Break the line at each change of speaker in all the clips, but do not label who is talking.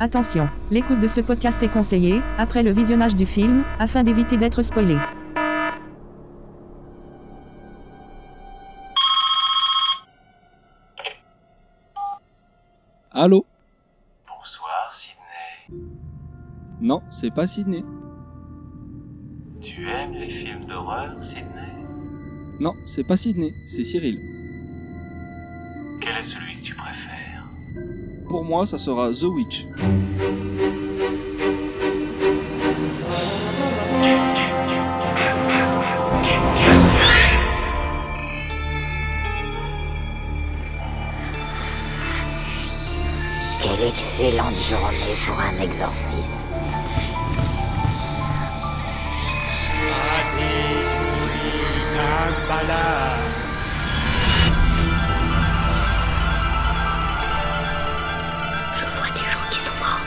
Attention, l'écoute de ce podcast est conseillée, après le visionnage du film, afin d'éviter d'être spoilé.
Allô
Bonsoir Sydney.
Non, c'est pas Sydney.
Tu aimes les films d'horreur, Sydney
Non, c'est pas Sydney, c'est Cyril.
Quel est celui que tu préfères
Pour moi, ça sera The Witch.
Quelle excellente journée pour un exorcisme. Je vois des gens qui sont morts.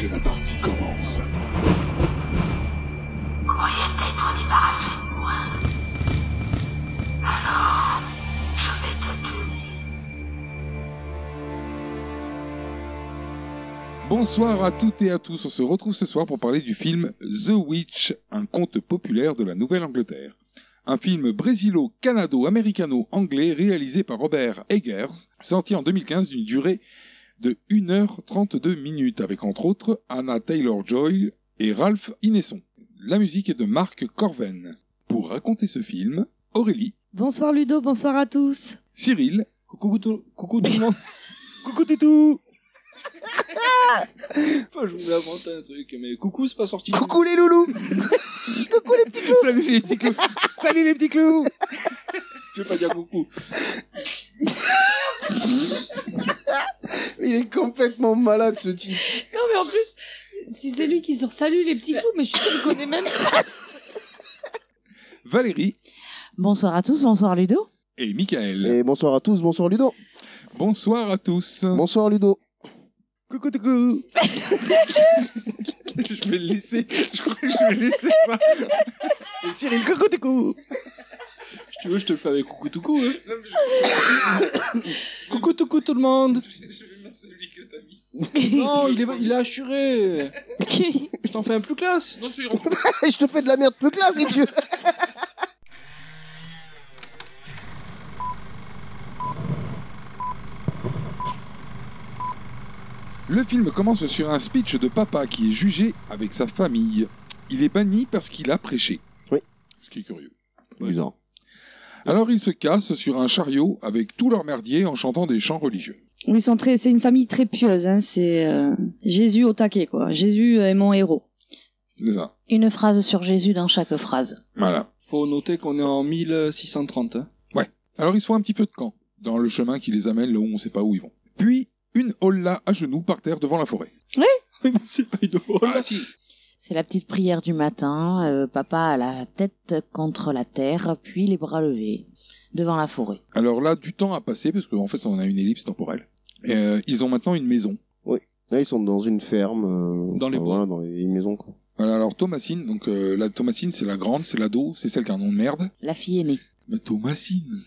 Et la partie commence.
Croyez t'être débarrassé de moi. Alors, je vais te tuer.
Bonsoir à toutes et à tous. On se retrouve ce soir pour parler du film The Witch, un conte populaire de la Nouvelle-Angleterre. Un film brésilo-canado-américano-anglais réalisé par Robert Eggers, sorti en 2015 d'une durée de 1h32 minutes, avec entre autres Anna Taylor-Joy et Ralph Inesson. La musique est de Marc Corven. Pour raconter ce film, Aurélie,
Bonsoir Ludo, bonsoir à tous.
Cyril,
Coucou tout, coucou tout le monde. coucou toutou Enfin, je voulais inventer un truc, mais coucou, c'est pas sorti. Coucou les
salut les petits clous, salut les petits clous
Je vais pas dire coucou.
Il est complètement malade ce type.
Non mais en plus, si c'est lui qui sort salut les petits coups, mais je suis sûre qu'on est même
Valérie
Bonsoir à tous, bonsoir Ludo.
et Michael.
Et bonsoir à tous, bonsoir Ludo.
Bonsoir à tous.
Bonsoir Ludo.
Coucou, coucou. je vais le laisser. Je crois que je vais laisser ça.
Et Cyril, coucou, coucou.
Si tu veux, je te le fais avec coucou toucou. Hein. coucou toucou tout le monde.
Je vais mettre celui que t'as mis.
Non, il est, il est assuré. Je t'en fais un plus classe.
Non, c'est
je te fais de la merde plus classe, et Dieu.
Le film commence sur un speech de papa qui est jugé avec sa famille. Il est banni parce qu'il a prêché.
Oui.
Ce qui est curieux.
Amusant.
Alors ils se cassent sur un chariot avec tout leur merdier en chantant des chants religieux.
Oui, ils sont très, c'est une famille très pieuse. Hein, c'est euh, Jésus au taquet, quoi. Jésus est mon héros.
C'est ça.
Une phrase sur Jésus dans chaque phrase.
Voilà.
Faut noter qu'on est en 1630. hein.
Alors ils se font un petit feu de camp dans le chemin qui les amène là où on sait pas où ils vont. Puis une olla à genoux par terre devant la forêt.
Oui, mais c'est pas une
Ah si.
C'est la petite prière du matin. euh, papa a la tête contre la terre, puis les bras levés devant la forêt.
Alors là, du temps a passé parce qu'en fait, on a une ellipse temporelle. Euh, ils ont maintenant une maison.
Là, ils sont dans une ferme. euh,
Dans les
enfin,
bois.
Voilà, dans les maisons, quoi.
Voilà, alors Thomasine, donc euh, la Thomasine, c'est la grande, c'est l'ado, c'est celle qui a un nom de merde.
La fille aimée.
Mais Thomasine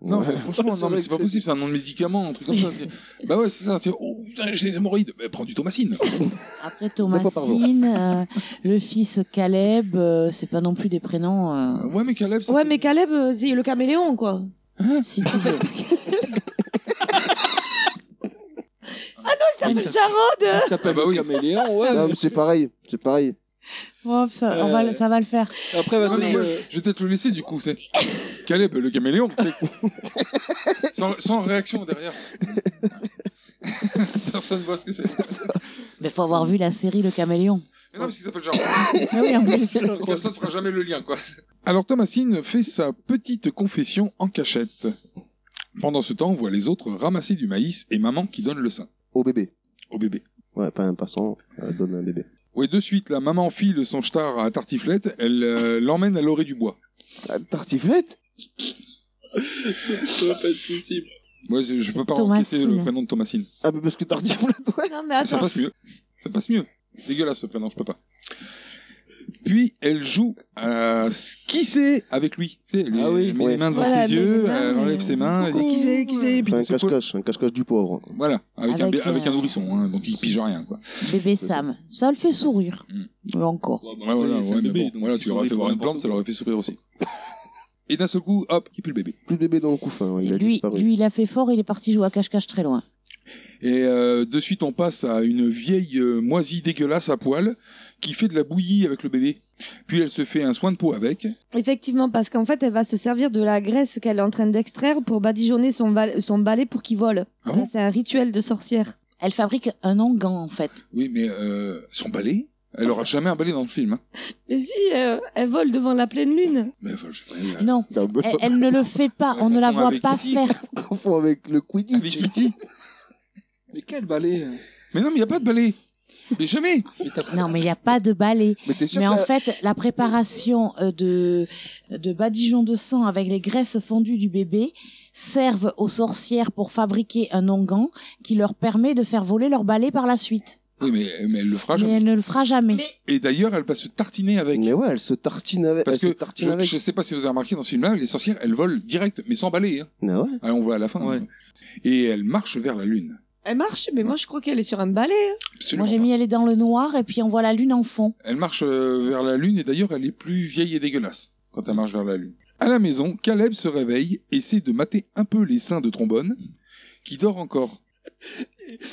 Non,
Ouais.
mais franchement,
C'est
non, mais
vrai
c'est
que
pas
c'est-
possible, c'est un nom de médicament, un truc comme ça. C'est- bah ouais, c'est ça, c'est oh putain, j'ai des hémorroïdes, bah, prends du Thomasine.
Après
fois par jour.
Thomasine, euh, le fils Caleb, euh, c'est pas non plus des prénoms. euh,
ouais, mais Caleb, ça-
Ouais mais Caleb, euh, c'est le caméléon quoi.
si tu veux. Ah
Il s'appelle Jarod.
Il s'appelle
Ah bah oui.
Caméléon, ouais.
Non, mais c'est pareil, c'est pareil.
ça, on va le- ça
va le faire.
Après, euh, va
Ouais,
te
mais
dire,
moi, je- je vais peut-être le laisser du coup, c'est Caleb, le caméléon, tu sais. sans, sans réaction derrière. Personne voit ce que c'est.
Mais faut avoir vu la série Le Caméléon.
Mais non, parce qu'il s'appelle genre.
Ah oui, en plus.
Comme ça, ce sera jamais le lien, quoi. Alors, Thomasine fait sa petite confession en cachette. Pendant ce temps, on voit les autres ramasser du maïs et maman qui donne le sein
Au bébé.
au bébé.
Ouais, pas un passant, euh, donne un bébé.
Oui, de suite, la maman file son star à tartiflette, elle euh, l'emmène à l'orée du bois.
Ah, tartiflette
ça va pas être possible.
Moi, je, je peux pas
Thomasine.
encaisser le prénom de Thomasine.
Ah, mais parce que Darty vous l'a donné.
Non, mais
Ça
attends.
passe mieux. Ça passe mieux. Dégueulasse ce prénom, je peux pas. Puis elle joue à skisser avec lui. Tu sais, elle,
Ah oui.
elle met les
Ouais.
mains devant
Voilà,
ses
elle met les
yeux,
mains,
elle enlève
mais-
ses mains, elle dit
Coucou.
qui c'est, qui c'est, puis
Enfin,
elle
un
se pose-
cache-cache, un cache-cache du pauvre. quoi.
Voilà, avec, un,
Avec,
bé- avec un
euh,
nourrisson, hein, donc il pige rien. Quoi.
Bébé
C'est ça.
Sam, ça le fait sourire.
Mm.
Mais encore.
Ouais, voilà,
c'est
ouais,
un
mais
bébé,
bon,
donc
voilà,
il
tu leur
sourit
aurais fait
pour
voir une
n'importe
plante, ça leur aurait fait sourire aussi. Et d'un seul coup, hop, qui pue le bébé.
Plus de bébé dans le couffin, ouais, il a
lui,
disparu.
lui, il a fait fort, il est parti jouer à cache-cache très loin.
Et euh, de suite, on passe à une vieille euh, moisie dégueulasse à poil qui fait de la bouillie avec le bébé. Puis elle se fait un soin de peau avec.
Effectivement, parce qu'en fait, elle va se servir de la graisse qu'elle est en train d'extraire pour badigeonner son, val- son balai pour qu'il vole.
Ah
Voilà,
bon
c'est un rituel de sorcière.
Elle fabrique un onguent, en fait.
Oui, mais euh, son balai Elle aura jamais un balai dans le film. Hein.
Mais si, euh, elle vole devant la pleine lune.
Mais enfin, je sais, euh,
Non,
T'as
elle, elle ne le fait pas,
Elle
on ne la
confond
voit
avec
pas
Kitty.
faire.
confond avec le Quidditch.
eh. avec Kitty
Mais quel balai euh.
Mais non, mais il n'y a pas de balai Mais jamais
Mais t'as-
Non, mais il n'y a pas de balai.
Mais t'es sûr
Mais
que
en
la-
fait, la préparation euh, de, de badigeons de sang avec les graisses fondues du bébé servent aux sorcières pour fabriquer un onguent qui leur permet de faire voler leur balai par la suite.
Oui, mais, mais elle le fera
Mais
jamais.
elle ne le fera jamais.
Mais-
Et d'ailleurs, elle va se tartiner avec.
Mais ouais, elle se tartine avec.
Parce
elle se
que
tartine
je,
avec.
je sais pas si vous avez remarqué dans ce film-là, les sorcières, elles volent direct, mais sans balai. Hein.
Mais ouais.
Allez, on voit à la fin. hein.
Ouais.
Et elle marche vers la lune.
Elle marche, mais moi, je crois qu'elle est sur un balai. hein.
Absolument.
Moi, j'ai
pas.
mis elle est dans le noir et puis on voit la lune en fond.
Elle marche euh, vers la lune et d'ailleurs elle est plus vieille et dégueulasse quand elle marche vers la lune. À la maison, Caleb se réveille, essaie de mater un peu les seins de trombone, qui dort encore.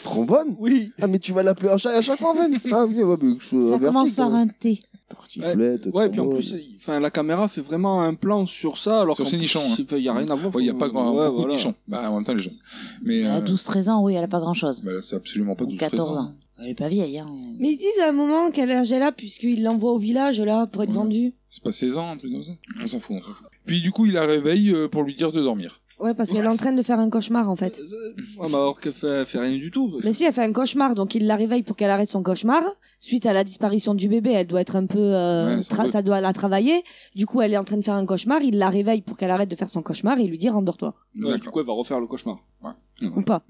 Trombone
Oui.
Ah, mais tu vas l'appeler à chaque, à chaque fois, même Ah, oui, ouais, mais je suis
Ça
averti,
commence
quand
par un
même.
T.
Tartiflette,
Ouais, puis en
trombone.
plus, il- enfin, la caméra fait vraiment un plan sur ça, alors
Sur
qu'en
ses
plus,
nichons, hein.
Il n'y a rien à voir.
Il n'y a pas grand
Ouais,
beaucoup de
voilà.
nichons. Bah, en même temps, elle est jeune. Mais
Ah.
À
euh,
12-13 ans, oui, elle a pas grand-chose.
bah, là, c'est absolument pas
Ou
12
14
13
Ah, ans. Elle est pas vieille, hein.
Mais ils disent à un moment quel âge elle a, puisqu'ils l'envoient au village, là, pour être
Ouais.
vendue.
C'est pas 16 ans, un truc comme ça On s'en fout, on s'en fout. Puis du coup, il la réveille euh, pour lui dire de dormir.
Ouais, parce qu'elle est en train de faire un cauchemar, en fait.
Euh, Ouais, mais alors qu'elle fait, elle fait rien du tout.
Mais si, elle fait un cauchemar, donc il la réveille pour qu'elle arrête son cauchemar. Suite à la disparition du bébé, elle doit être un peu... euh,
Ouais, sans
tra-
doute.
ça doit la travailler. Du coup, elle est en train de faire un cauchemar, il la réveille pour qu'elle arrête de faire son cauchemar et lui dit « rendors-toi
Ouais, du
D'accord.
coup, elle va refaire le cauchemar.
ou pas.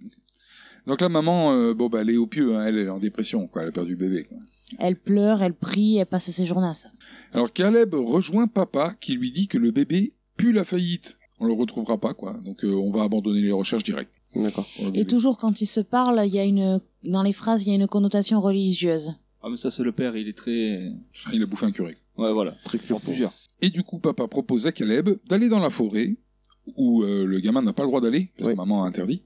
Donc la maman, euh, bon, bah, elle est au pieu, hein, elle, elle est en dépression, quoi. Elle a perdu le bébé. quoi.
Elle pleure, elle prie, elle passe ses journées à ça.
Alors Caleb rejoint papa qui lui dit que le bébé pue la faillite. On le retrouvera pas, quoi. Donc euh, on va abandonner les recherches directes.
D'accord.
pour le
Et
bébé.
toujours quand ils se parlent, il y a une, dans les phrases, il y a une connotation religieuse.
Ah, mais ça, c'est le père, il est très.
Il a bouffé un curé.
Ouais, voilà.
Très
Genre
pur.
plusieurs.
Et du coup, papa propose à Caleb d'aller dans la forêt, où euh, le gamin n'a pas le droit d'aller, parce
Oui.
que maman a interdit,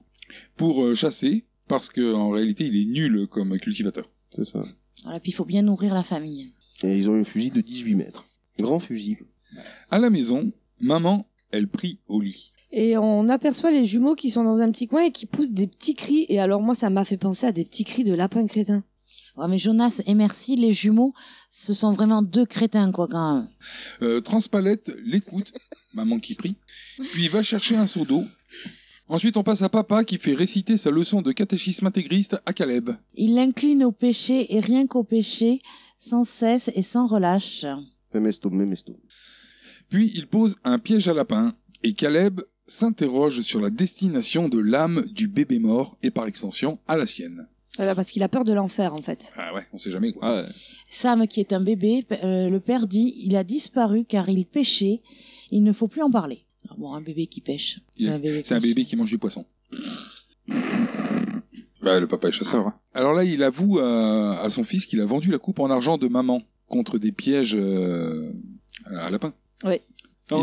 pour euh, chasser, parce qu'en réalité, il est nul comme cultivateur.
C'est ça.
Voilà, puis il faut bien nourrir la famille.
Et ils ont un fusil de 18 mètres. Grand fusil.
À la maison, maman, elle prie au lit. »
Et on aperçoit les jumeaux qui sont dans un petit coin et qui poussent des petits cris. Et alors moi, ça m'a fait penser à des petits cris de lapin crétin.
Ouais, mais Jonas et Merci, les jumeaux, ce sont vraiment deux crétins, quoi, quand même.
Euh, Transpalette l'écoute, maman qui prie, puis il va chercher un seau d'eau. Ensuite, on passe à papa qui fait réciter sa leçon de catéchisme intégriste à Caleb.
Il l'incline au péché et rien qu'au péché, sans cesse et sans relâche.
Memesto, memesto.
Puis il pose un piège à lapin et Caleb s'interroge sur la destination de l'âme du bébé mort et par extension à la sienne.
Voilà, Euh, parce qu'il a peur de l'enfer, en fait.
Ah ouais, on sait jamais quoi.
Ah, ouais.
Sam, qui est un bébé, p- euh, le père dit, il a disparu car il pêchait, il ne faut plus en parler. Alors bon, un bébé qui pêche.
Il-
bébé,
C'est un
pêche.
bébé qui mange du poisson. Bah, le papa est chasseur. hein. Alors là, il avoue euh, à, à son fils qu'il a vendu la coupe en argent de maman contre des pièges euh, à lapin.
Non,
Et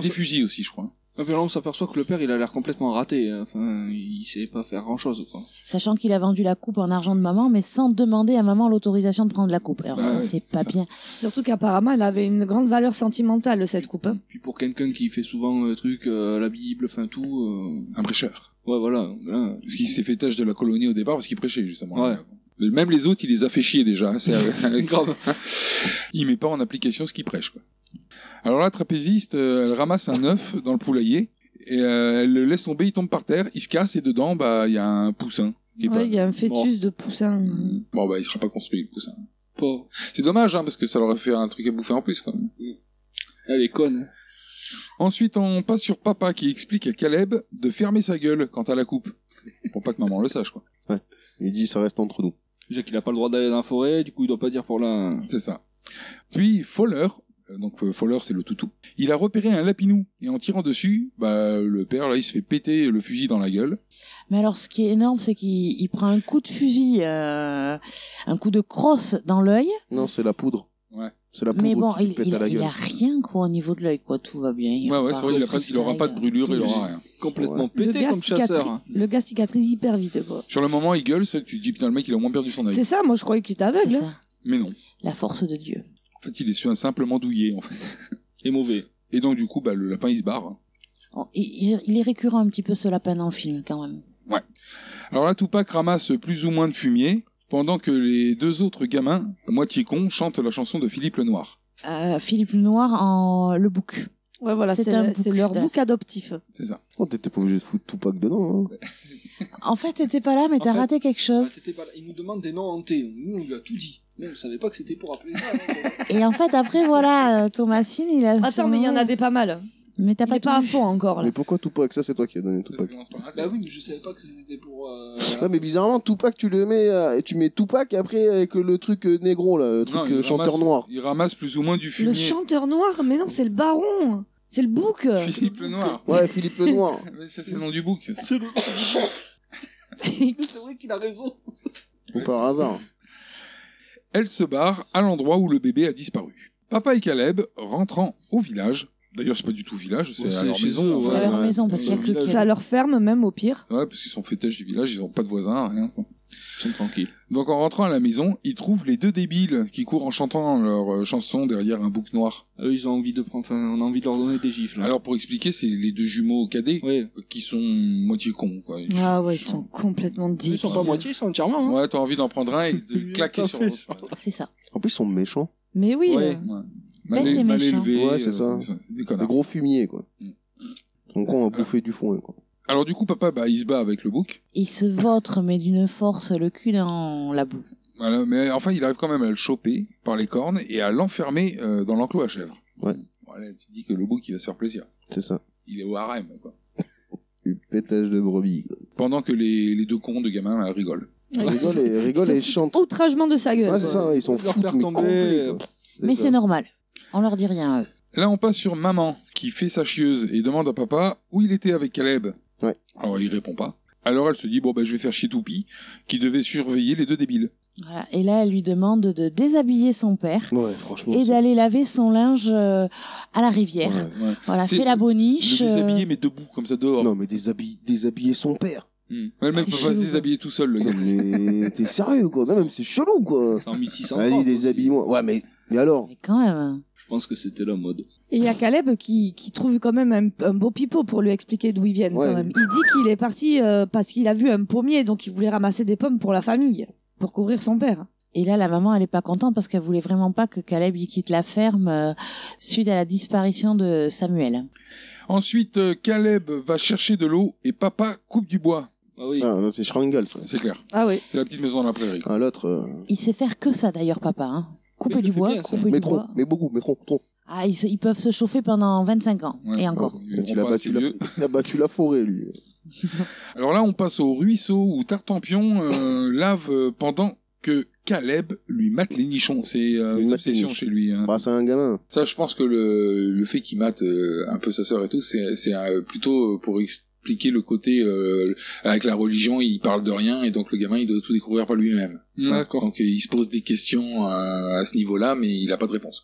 des
ça-
fusils aussi, je crois. hein.
Ah, puis là, on s'aperçoit que le père, il a l'air complètement raté. hein. Enfin, il sait pas faire grand chose, quoi.
Sachant qu'il a vendu la coupe en argent de maman, mais sans demander à maman l'autorisation de prendre la coupe. Alors
Bah
ça,
ouais,
c'est pas
ça.
bien.
Surtout qu'apparemment, elle avait une grande valeur sentimentale, cette coupe. hein.
Puis pour quelqu'un qui fait souvent le truc, euh, la Bible, enfin tout.
Un prêcheur.
euh, Ouais, voilà. Là,
Parce qu'il s'est fait tâche de la colonie au départ parce qu'il prêchait, justement.
Ouais.
Mais Même les autres, il les a fait chier déjà. C'est
Grave.
Il met pas en application ce qu'il prêche. Quoi. Alors la trapéziste, euh, elle ramasse un œuf dans le poulailler et euh, elle le laisse tomber, il tombe par terre, il se casse et dedans, bah il y a un poussin. qui est
bah,
Ouais, il y a un fœtus
mort.
de poussin.
pas- Bon bah il sera pas construit le poussin.
Pauvre.
C'est dommage hein, parce que ça leur aurait fait un truc à bouffer en plus. Quoi.
Elle est conne.
Ensuite, on passe sur papa qui explique à Caleb de fermer sa gueule quant à la coupe. Pour pas que maman le sache, quoi.
Il dit, ça reste entre nous.
Déjà qu'il a pas le droit d'aller dans la forêt, du coup il doit pas dire pour la.
C'est ça. Puis Fowler, euh, donc euh, Fowler c'est le toutou, il a repéré un lapinou et en tirant dessus, bah, le père là il se fait péter le fusil dans la gueule.
Mais alors, ce qui est énorme, c'est qu'il il prend un coup de fusil, euh, un coup de crosse dans l'œil.
Non, c'est la poudre.
Ouais.
C'est la poudre
Mais bon,
qui lui
il,
pète
il-
à la
il
gueule.
a rien, quoi, au niveau de l'œil, quoi. Tout va bien. Il
Ouais ouais,
repart
c'est vrai, il, a
au
pas- il aura pas de
freestyle.
brûlure, il aura rien.
Complètement
Ouais.
pété
gars
comme
cicatri-
chasseur. hein.
Le gars cicatrise hyper vite, quoi.
Sur le moment il gueule, c'est que tu te dis putain le mec il a au moins perdu son œil.
C'est ça, moi je croyais que tu étais
C'est
aveugle. hein.
ça,
Mais non,
la force de Dieu.
en fait il est su- simplement douillé en fait.
Et mauvais.
Et donc du coup bah, le lapin il se barre. hein.
Oh, il, il- il est récurrent un petit peu ce lapin dans le film, quand même.
Alors là Tupac ramasse plus ou moins de fumier pendant que les deux autres gamins, à moitié cons, chantent la chanson de Philippe Lenoir.
Euh, Philippe Lenoir en le bouc.
Ouais, voilà,
C'est
c'est
un
c'est
bouc,
leur
putain.
bouc adoptif.
C'est ça.
Oh, t'étais pas obligé de foutre Tupac dedans. Hein.
En fait, t'étais pas là, mais
En
t'as
fait-
raté quelque
Ah,
chose.
Il nous demande des noms hantés. Nous on lui a tout dit. Nous on savait pas que c'était pour appeler ça.
Et en fait, après, voilà, euh, Thomasine, il a.
Attends,
sûrement-
mais il y en a des pas mal.
Mais t'as
Il
pas,
est pas à
tout vu.
fond encore, là.
Mais pourquoi Tupac Ça, c'est toi qui as donné Tupac.
bah oui, mais je savais pas que c'était pour. euh,
Ouais, mais bizarrement, Tupac, tu le mets, euh, tu mets Tupac et après avec le truc euh, négro, là, le truc
Non, il
euh, chanteur
ramasse-
noir.
Il ramasse plus ou moins du
Le
fumier.
chanteur noir, mais non, c'est le baron. C'est le bouc.
Philippe Lenoir.
Ouais, Philippe le Noir.
Mais ça, c'est le nom du bouc.
C'est le-
C'est-
C'est vrai qu'il a raison.
Ou par hasard.
Elle se barre à l'endroit où le bébé a disparu. Papa et Caleb rentrant au village. D'ailleurs, c'est pas du tout village, c'est
Ouais,
à
c'est
leur
chez
maison. hein.
eux,
C'est
Ouais,
à leur
Ouais,
maison, parce qu'il y a
ouais.
que
Il a-
C'est à
Kevin.
leur ferme, même au pire.
Ouais, parce qu'ils sont fêtages du village, ils ont pas de voisins, rien. quoi.
Ils sont tranquilles.
Donc en rentrant à la maison, ils trouvent les deux débiles qui courent en chantant leur euh, chanson derrière un bouc noir.
Eux, ils ont envie de prendre. Enfin, on a envie de leur donner des gifles.
Alors pour expliquer, c'est les deux jumeaux cadets
ouais.
euh, qui sont moitié cons. Quoi. Ils-
Ah ouais, ils sont complètement
Ils
débiles.
sont pas moitié, ils sont entièrement. Hein.
Ouais, t'as envie d'en prendre un et de
Ils
le claquer
ont
sur
pas
l'autre.
fait genre.
C'est ça.
En plus, ils sont méchants.
Mais oui.
Ouais,
euh,
ouais. Mal,
Bête et
mal
méchant.
élevé.
Ouais, c'est ça.
euh, Des
Des
connards.
gros fumiers, quoi.
Mm.
Donc, on va bouffer du foin, quoi.
Alors du coup, papa, bah, il se bat avec le bouc.
Il se vautre, mais d'une force, le cul dans la boue.
Voilà, mais enfin, il arrive quand même à le choper par les cornes et à l'enfermer euh, dans l'enclos à chèvres.
Ouais.
Voilà, tu te dis que le bouc, il va se faire plaisir.
C'est ça.
Il est au harem, quoi.
Du pétage de brebis. quoi.
Pendant que les, les deux cons de gamins là, rigolent.
Ouais, ils
Rigole
sont-
et, rigole
ils
et
se
chante.
foutent Outragement de sa gueule.
Ouais, c'est ça, ouais, ils sont
Leur
fous,
faire
mais
tomber,
complets,
euh,
quoi.
Mais
ça.
c'est normal. On leur dit rien à eux.
Là, on passe sur maman, qui fait sa chieuse et demande à papa où il était avec Caleb.
Ouais.
Alors, il répond pas. Alors, elle se dit, bon, ben, je vais faire chier Toupie, qui devait surveiller les deux débiles.
Voilà. Et là, elle lui demande de déshabiller son père
Ouais, franchement.
et
c'est-
d'aller laver son linge euh, à la rivière.
Ouais.
Ouais.
Voilà,
C'est
fais la
Le
boniche. euh,
déshabiller, mais debout, comme ça, dehors.
Non, mais déshabiller, déshabiller son père.
Hmm. Ouais, le
C'est
mec peut pas se
chelou,
déshabiller tout seul, le
Non,
gars.
mais t'es sérieux, quoi. Non, Même, c'est chelou, quoi.
C'est en 1600.
Vas-y, déshabille-moi. Ouais, mais, mais alors
euh, Mais quand même.
Je pense que c'était la mode.
Et il y a Caleb qui, qui trouve quand même un, un beau pipeau pour lui expliquer d'où ils viennent.
Ouais.
Quand même. Il dit qu'il est parti euh, parce qu'il a vu un pommier, donc il voulait ramasser des pommes pour la famille, pour couvrir son père.
Et là, la maman, elle est pas contente parce qu'elle voulait vraiment pas que Caleb y quitte la ferme euh, suite à la disparition de Samuel.
Ensuite, euh, Caleb va chercher de l'eau et papa coupe du bois.
Ah oui.
Ah, non, c'est Schrangle, ça.
C'est clair.
Ah oui.
C'est la petite maison dans la prairie. quoi.
Ah, l'autre. euh,
Il sait faire que ça d'ailleurs, papa. Hein. Couper
Mais
du
c'est
bois,
bien, ça.
couper
mais
du
trop,
bois.
mais beaucoup, mais trop, trop.
Ah, ils, se- ils peuvent se chauffer pendant 25 ans
Ouais,
et encore.
bon, ils
Mais Ah, tu
vont
l'as
pas
battu,
assez
la...
vieux.
il a battu la forêt, lui.
Alors là, on passe au ruisseau où Tartampion euh, lave euh, pendant que Caleb lui mate les nichons. C'est euh,
Il
une
mate les
obsession
nichons.
chez lui. hein.
Bah, c'est un gamin.
Ça, je pense que le, le fait qu'il mate euh, un peu sa sœur et tout, c'est c'est, euh, plutôt euh, pour expliquer le côté euh, avec la religion, il parle de rien et donc le gamin, il doit tout découvrir par lui-même.
D'accord.
Donc euh, il se pose des questions euh, à ce niveau-là, mais il n'a pas de réponse.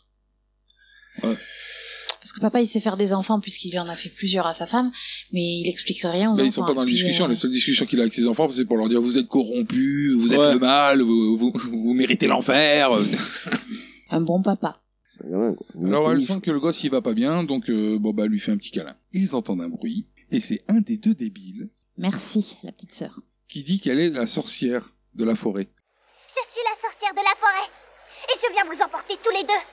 Parce que papa, il sait faire des enfants puisqu'il en a fait plusieurs à sa femme, mais il explique rien aux
Là,
enfants.
ils sont pas dans
Et
les
puis,
discussions.
euh,
Les seules discussions qu'il a avec ses enfants, c'est pour leur dire vous êtes corrompus, vous êtes
Ouais.
le mal, vous, vous, vous méritez l'enfer.
Un bon papa.
C'est un gamin, quoi. Il
Alors
mate
elle
les niches.
sent que le gosse il va pas bien, donc euh, bon bah elle lui fait un petit câlin. Ils entendent un bruit et c'est un des deux débiles
Merci, la petite sœur.
qui dit qu'elle est la sorcière de la forêt.
Je suis la sorcière de la forêt et je viens vous emporter tous les deux.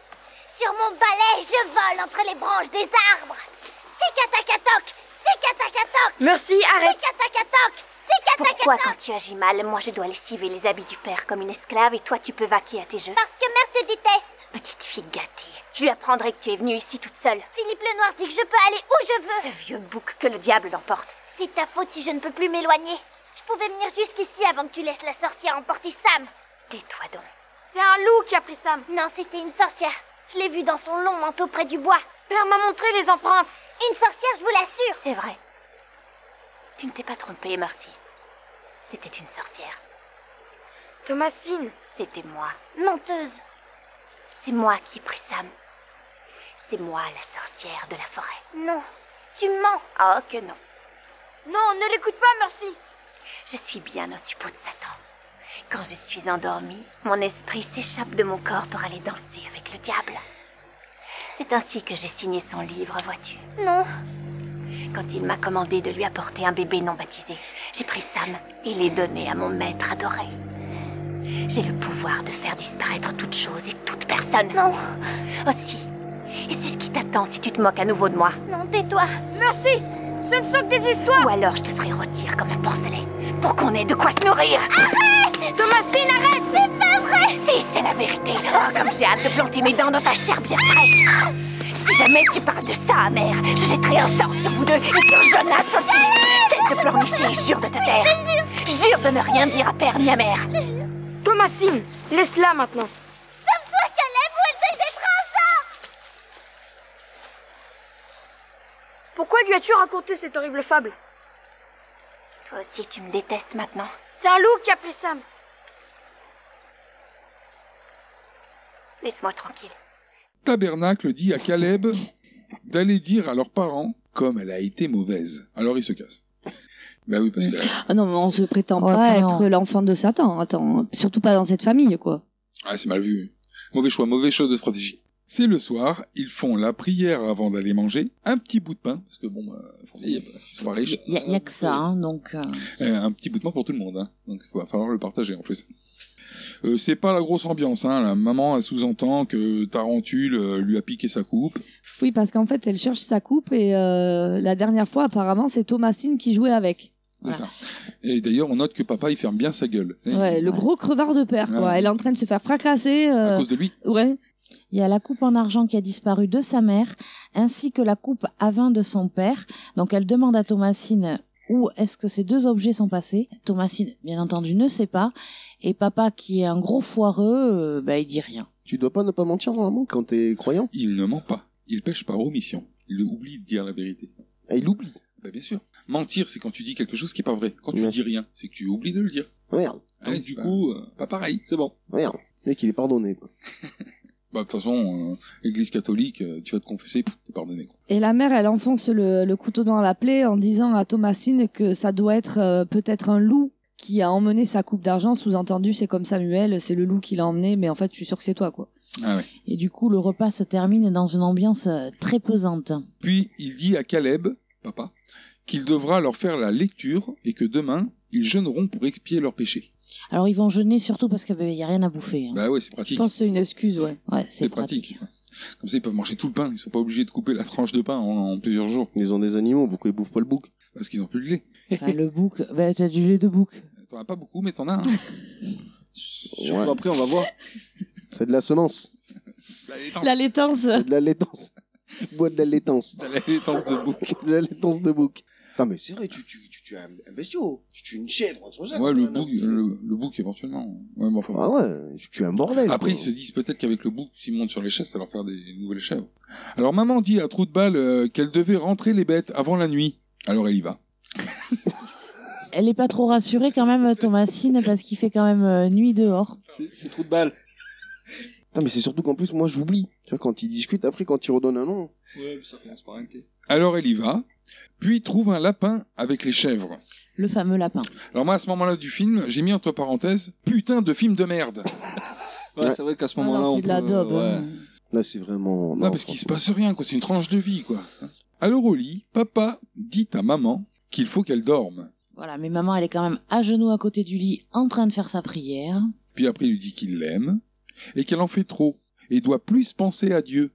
Sur mon balai, je vole entre les branches des arbres. Tic-tac-toc, tic-tac-toc. Merci, arrête. Tic-tac-toc, tic-tac-toc. Pourquoi quand tu agis mal, moi je dois lessiver les habits du père comme une esclave et toi tu peux vaquer à tes jeux Parce que mère te déteste. Petite fille gâtée. Je lui apprendrai que tu es venue ici toute seule. Philippe le Noir dit que je peux aller où je veux. Ce vieux bouc que le diable l'emporte. C'est ta faute si je ne peux plus m'éloigner. Je
pouvais venir jusqu'ici avant que tu laisses la sorcière emporter Sam. Tais-toi donc. C'est un loup qui a pris Sam. Non, c'était une sorcière. Je l'ai vue dans son long manteau près du bois. Père m'a montré les empreintes. Une sorcière, je vous l'assure. C'est vrai.
Tu ne t'es pas trompée, Marcy. C'était une sorcière.
Thomasine.
C'était moi.
Menteuse.
C'est moi qui ai pris Sam. C'est moi la sorcière de la forêt.
Non. Tu mens.
Oh que non.
Non, ne l'écoute pas, merci.
Je suis bien au suppôt de Satan. Quand je suis endormie, mon esprit s'échappe de mon corps pour aller danser avec le diable. C'est ainsi que j'ai signé son livre, vois-tu.
Non.
Quand il m'a commandé de lui apporter un bébé non baptisé, j'ai pris Sam et l'ai donné à mon maître adoré. J'ai le pouvoir de faire disparaître toute chose et toute personne.
Non.
Aussi. Et c'est ce qui t'attend si tu te moques à nouveau de moi.
Non, tais-toi. Merci. Ça ne sont que des histoires.
Ou alors je te ferai rôtir comme un porcelet pour qu'on ait de quoi se nourrir.
Arrête Thomasine, arrête C'est pas vrai
Si, c'est la vérité. Oh, comme j'ai hâte de planter mes dents dans ta chair bien fraîche. Si jamais tu parles de ça à mère, je jetterai un sort sur vous deux et sur Jonas aussi. Cesse de pleurnicher et jure de te taire. Jure de ne rien dire à père ni à mère.
Thomasine, laisse-la maintenant.
Sauve-toi, Caleb, ou elle te jettera un sort
Pourquoi lui as-tu raconté cette horrible fable
Toi aussi, tu me détestes maintenant.
C'est un loup qui a pris Sam.
Laisse-moi tranquille.
Tabernacle dit à Caleb d'aller dire à leurs parents comme elle a été mauvaise. Alors il se casse. Bah oui, parce que.
Ah non, mais on se prétend
Ouais,
pas
puis non.
être l'enfant de Satan. Attends, surtout pas dans cette famille, quoi.
Ah, c'est mal vu. Mauvais choix, mauvais choix de stratégie. C'est le soir, ils font la prière avant d'aller manger, un petit bout de pain, parce que bon, euh, forcément, ils sont pas riches.
Il n'y a, que ça, hein, donc. euh,
Euh, un petit bout de pain pour tout le monde, hein. donc il va falloir le partager en plus. Euh, c'est pas la grosse ambiance, hein. la maman elle sous-entend que Tarentule euh, lui a piqué sa coupe.
Oui, parce qu'en fait, elle cherche sa coupe et euh, la dernière fois, apparemment, c'est Thomasine qui jouait avec.
C'est ça. Et d'ailleurs, on note que papa il ferme bien sa gueule. C'est-
Ouais, le gros crevard de père, quoi.
Ouais.
Elle est en train de se faire fracasser.
À
euh,
cause de lui.
Ouais.
Il y a la coupe en argent qui a disparu de sa mère, ainsi que la coupe à vin de son père. Donc elle demande à Thomasine où est-ce que ces deux objets sont passés. Thomasine, bien entendu, ne sait pas. Et papa, qui est un gros foireux, euh, bah, il dit rien.
Tu dois pas ne pas mentir normalement quand t'es croyant.
Il ne ment pas, il pêche par omission, il oublie de dire la vérité.
Et Ah, il oublie.
Bah, bien sûr. Mentir, c'est quand tu dis quelque chose qui est pas vrai. Quand tu
Ouais.
dis rien, c'est que tu oublies de le dire.
Merde,
Ah
Hein, du coup, euh, pas pareil, c'est bon.
merde. Et qu'il est pardonné. quoi.
Bah, de toute façon, euh, église catholique, euh, tu vas te confesser, pff, t'es pardonné. Quoi.
Et la mère, elle enfonce le, le couteau dans la plaie en disant à Thomasine que ça doit être euh, peut-être un loup qui a emmené sa coupe d'argent. Sous-entendu, c'est comme Samuel, c'est le loup qui l'a emmené, mais en fait, je suis sûr que c'est toi, quoi.
Ah ouais.
Et du coup, le repas se termine dans une ambiance euh, très pesante.
Puis il dit à Caleb, papa, qu'il devra leur faire la lecture et que demain, ils jeûneront pour expier leurs péchés.
Alors ils vont jeûner surtout parce qu'il n'y a rien à bouffer. hein.
Bah ouais, c'est
Je
pratique.
pense que c'est une excuse, ouais.
Ouais, c'est
C'est
pratique.
pratique. Comme ça, ils peuvent manger tout le pain. Ils sont pas obligés de couper la tranche de pain en, en plusieurs jours
Ils ont des animaux, pourquoi ils bouffent pas le bouc
parce qu'ils ont plus de lait.
Enfin, le bouc, bah, t'as du lait de bouc.
T'en as pas beaucoup, mais t'en as hein. un.
Surtout
Ouais.
après, on va voir.
C'est de la semence,
La laitance.
La laitance.
c'est de la laitance. Bois de la laitance.
La laitance de bouc.
De la laitance de bouc.
Non, mais c'est vrai, tu tues tu, tues un, un bestiau, tu tues une chèvre, un truc comme ça.
Ouais,
tu
le
vois, non,
bouc,
tu fais-
le, le bouc éventuellement. Ouais, bah bon, enfin,
Ah ouais, tu tues un bordel.
Après,
quoi.
ils se disent peut-être qu'avec le bouc, s'ils montent sur les chaises, ça leur faire des nouvelles chèvres. Alors, maman dit à Trou de Balle euh, qu'elle devait rentrer les bêtes avant la nuit. Alors, elle y va.
Elle n'est pas trop rassurée quand même, Thomasine, parce qu'il fait quand même euh, nuit dehors.
C'est c'est trou de balle.
Putain, mais c'est surtout qu'en plus, moi, j'oublie. Tu vois, quand ils discutent, après, quand ils redonnent un nom.
Ouais, puis ça commence par un T.
Alors, elle y va. Puis, trouve un lapin avec les chèvres.
Le fameux lapin.
Alors, moi, à ce moment-là du film, j'ai mis entre parenthèses, putain de film de merde.
Ouais,
Ouais.
c'est vrai qu'à ce
Ah
moment-là,
non,
on
c'est de la
peut-
daube.
ouais.
hein.
Là, c'est vraiment.
Non, parce qu'il se
franchement.
passe rien, quoi. C'est une tranche de vie, quoi. Alors, au lit, papa dit à maman qu'il faut qu'elle dorme.
Voilà, mais maman, elle est quand même à genoux à côté du lit, en train de faire sa prière.
Puis après, il lui dit qu'il l'aime et qu'elle en fait trop et doit plus penser à Dieu.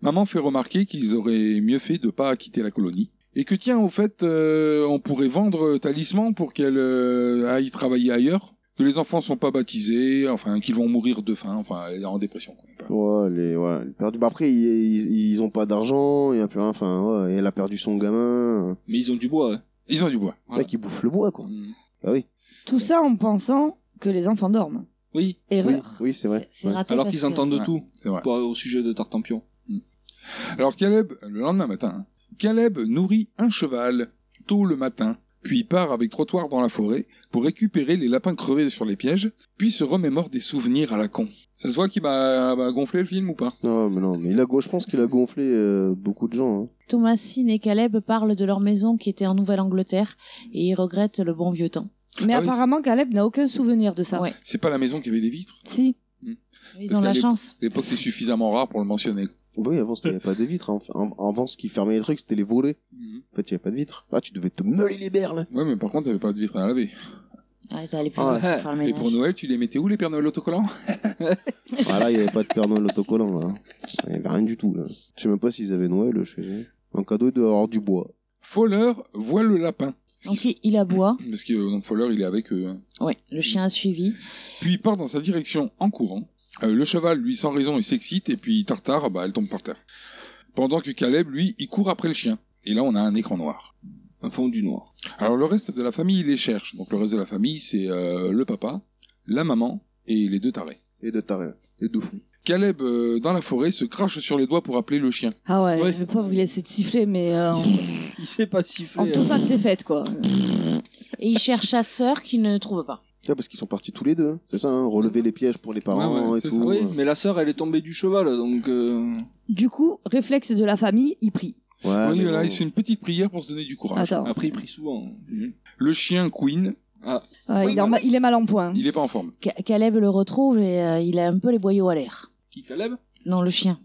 Maman fait remarquer qu'ils auraient mieux fait de pas quitter la colonie et que tiens, au fait, euh, on pourrait vendre euh, Talisman pour qu'elle euh, aille travailler ailleurs, que les enfants sont pas baptisés, enfin, qu'ils vont mourir de faim, enfin, elle est en dépression. quoi.
Ouais, les, ouais, elle a perdu. Bah après, ils, ils, ils ont pas d'argent, il y a plus rien. Enfin, ouais, et elle a perdu son gamin.
Mais ils ont du bois. hein. ouais.
Ils ont du bois.
Là, qui bouffe le bois, quoi.
Mm.
Bah oui.
Tout ça en pensant que les enfants dorment.
Oui.
Erreur.
Oui, c'est vrai.
c'est raté
Alors
parce
qu'ils entendent de
que-
tout pour- au sujet de Tartampion.
Alors Caleb, le lendemain matin, hein, Caleb nourrit un cheval tôt le matin, puis part avec trottoir dans la forêt pour récupérer les lapins crevés sur les pièges, puis se remémore des souvenirs à la con. Ça se voit qu'il m'a m'a gonflé le film ou pas
Non, mais non, mais il a, go- je pense qu'il a gonflé euh, beaucoup de gens. hein.
Thomasine et Caleb parlent de leur maison qui était en Nouvelle-Angleterre et ils regrettent le bon vieux temps.
Mais
Ah oui,
apparemment, Caleb n'a aucun souvenir de ça.
C'est pas la maison qui avait des vitres
Si.
Ils
Parce
ont
qu'à
la
l'ép-
chance.
L'époque, c'est suffisamment rare pour le mentionner.
Bah oui, avant, c'était- il n'y avait pas de vitres. hein. En- en- Avant, ce qui fermait les trucs, c'était les volets. En fait, il n'y avait pas de vitres. Ah, tu devais te meuler les berles.
Ouais, mais par contre, t'avais pas de vitres à laver.
Ah, t'as les
Ah, ouais.
faire le
Et
ménage.
pour Noël, tu les mettais où les Pères Noël autocollants
Voilà, il n'y avait pas de Père Noël autocollant, là. Il n'y avait rien du tout, là. Je sais même pas s'ils avaient Noël chez eux. En cadeau, il doit avoir du bois.
Fowler voit le lapin.
Donc il il aboie.
Parce que euh, donc Fowler, il est avec eux. hein.
Oui, le chien a suivi.
Puis il part dans sa direction en courant. Euh, le cheval, lui, sans raison, il s'excite et puis Tartare, bah, elle tombe par terre. Pendant que Caleb, lui, il court après le chien. Et là, on a un écran noir.
Un fond du noir.
Alors le reste de la famille, il les cherche. Donc le reste de la famille, c'est euh, le papa, la maman et les deux tarés.
Et deux tarés, et deux fous.
Caleb, euh, dans la forêt, se crache sur les doigts pour appeler le chien.
Ah ouais, le pauvre, il essaie de siffler, mais euh, en,
Il sait pas hein. siffler.
en totale défaite, quoi.
Et il cherche sa sœur qu'il ne trouve pas.
Ah, parce qu'ils sont partis tous les deux. hein. C'est ça, hein, relever les pièges pour les parents
Ouais, ouais,
et
c'est
tout.
ça. Oui,
hein.
mais la sœur, elle est tombée du cheval, donc. euh,
Du coup, réflexe de la famille, il prie.
Ouais,
oui,
Ah, mais
voilà,
bon.
il fait une petite prière pour se donner du courage.
Attends.
Après, il prie souvent.
Le chien Queen,
Ouais, il, est en ma- il est mal en point.
il est pas en forme.
Ca- Caleb le retrouve et euh, il a un peu les boyaux à l'air.
Qui, Caleb
Non, le chien.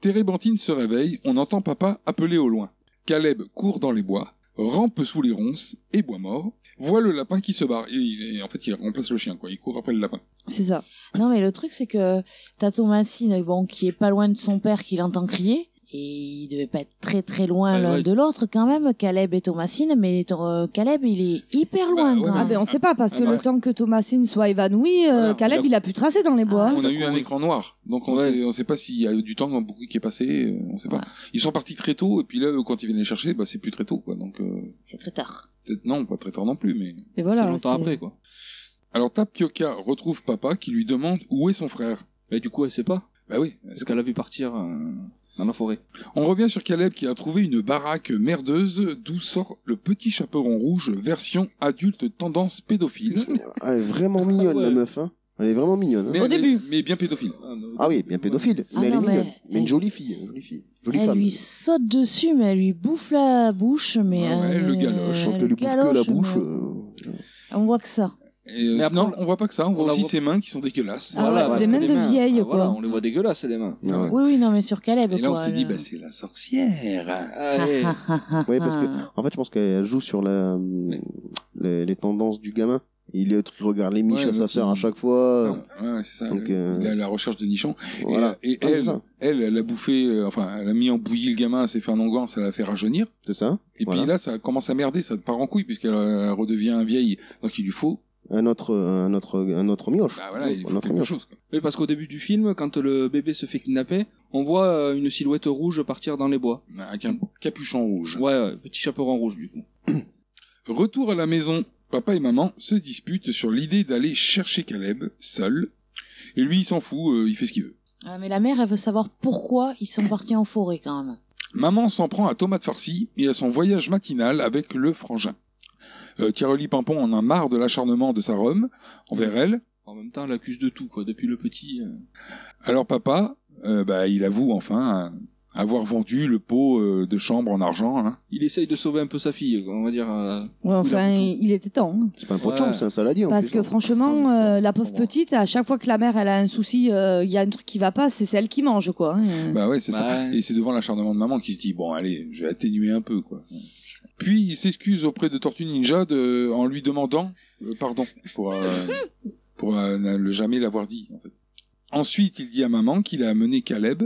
Térébentine se réveille, on entend papa appeler au loin. Caleb court dans les bois, rampe sous les ronces et bois mort, voit le lapin qui se barre. Et, il est- en fait, il remplace le chien, quoi. Il court après le lapin.
hein. C'est ça.
Non, mais le truc, c'est que t'as Thomasine, bon, qui est pas loin de son père, qui l'entend crier. Et ils devaient pas être très très loin
Ouais,
l'un
ouais.
de l'autre quand même, Caleb et Thomasine, mais euh, Caleb, il est hyper loin. quand
Ah
même.
ben on sait pas parce
Ah
que
bah
le
ouais.
temps que Thomasine soit évanoui, euh,
Voilà,
Caleb
il
il a pu tracer dans les bois.
Ah,
On a eu un écran noir, donc on
Ouais.
sait, on sait pas s'il y a eu du temps dans beaucoup qui est passé, euh, on sait pas.
Ouais.
Ils sont partis très tôt, et puis là, quand ils viennent les chercher, bah, c'est plus très tôt, quoi. Donc, euh,
C'est très tard.
peut-être non, pas très tard non plus, mais.
Et voilà.
c'est longtemps
c'est-
après, quoi.
Alors, Tapioca retrouve papa qui lui demande où est son frère.
Mais du coup, elle sait pas.
Bah oui,
Parce qu'elle a vu partir euh, dans la forêt.
On revient sur Caleb qui a trouvé une baraque merdeuse d'où sort le petit chaperon rouge version adulte tendance pédophile.
Ah, elle est vraiment mignonne, la
ouais.
meuf. Hein. Elle est vraiment mignonne. hein.
Mais,
Au
elle est-
début.
mais bien pédophile.
Ah oui, bien pédophile,
Ah
mais
non,
elle est
mais-
mignonne. Mais
elle-
une jolie fille, une jolie fille, jolie
elle
femme.
lui saute dessus, mais elle lui bouffe la bouche, mais
Ouais, ouais,
elle,
le galoche,
Quand
elle
elle lui bouffe que la
galoche,
bouche,
mais
euh,
On voit que ça.
Et, euh,
Mais après,
non, on voit pas que ça, on voit
on la
aussi
voit-
ses mains qui sont dégueulasses.
Ah ouais,
parce
des
que
mains
les
de vieille,
ah,
quoi.
Voilà, on les voit dégueulasses, les mains.
Ah ouais.
Oui, oui, non, mais hein sur Caleb.
Et là, on
quoi, euh.
s'est dit,
elle-
bah, c'est la sorcière.
Ah, et-
Ouais, parce
ah.
que en fait, je pense qu'elle joue sur la, hum, les, les tendances du gamin. Il est- il regarde les miches
Ouais,
à sa
donc,
sœur
il-
à chaque fois.
Ouais, ouais, c'est ça.
Ah. Donc,
le-
euh,
la, la recherche de nichon.
Voilà.
Ah, Et, et
Ah, c'est
elle,
ça.
elle, elle a bouffé, euh, enfin, elle a mis en bouillie le gamin, elle s'est fait un onguent, ça l'a fait rajeunir.
C'est ça.
Et
Voilà.
puis là, ça commence à merder, ça part en couille, puisqu'elle euh, redevient vieille. Donc il lui faut,
Un autre, un autre, un autre mioche.
bah voilà, il
un
faut
autre
quelque
mioche.
chose. quoi.
Oui, parce qu'au début du film, quand le bébé se fait kidnapper, on voit euh, une silhouette rouge partir dans les bois.
Avec un capuchon rouge.
Ouais, ouais, petit chaperon rouge, du coup.
Retour à la maison, papa et maman se disputent sur l'idée d'aller chercher Caleb seul. Et lui, il s'en fout, euh, il fait ce qu'il veut.
Ah, mais la mère, elle veut savoir pourquoi ils sont partis en forêt quand même.
Maman s'en prend à tomate farcie et à son voyage matinal avec le frangin. Euh, Caroli Pimpon en a marre de l'acharnement de sa Rome envers elle.
En même temps, elle accuse de tout, quoi, depuis le petit. euh.
Alors papa, euh, bah, il avoue enfin euh, avoir vendu le pot euh, de chambre en argent. hein.
Il essaye de sauver un peu sa fille, quoi, on va dire. euh,
Ouais, enfin,
Il a
il, il était temps. hein.
C'est pas un pot de chambre,
Ouais.
c'est un saladier. en
Parce
plus,
que
hein.
franchement,
Ah,
euh,
c'est
la
pas
pauvre
moi.
petite, à chaque fois que la mère elle a un souci, euh, il y a un truc qui va pas, c'est celle qui mange quoi. hein.
Bah ouais, c'est ça.
Bah.
Et c'est devant l'acharnement de maman qui se dit bon allez, je vais atténuer un peu quoi. Puis il s'excuse auprès de Tortue Ninja de, en lui demandant euh, pardon pour euh, pour euh, ne jamais l'avoir dit. En fait. Ensuite, il dit à maman qu'il a amené Caleb.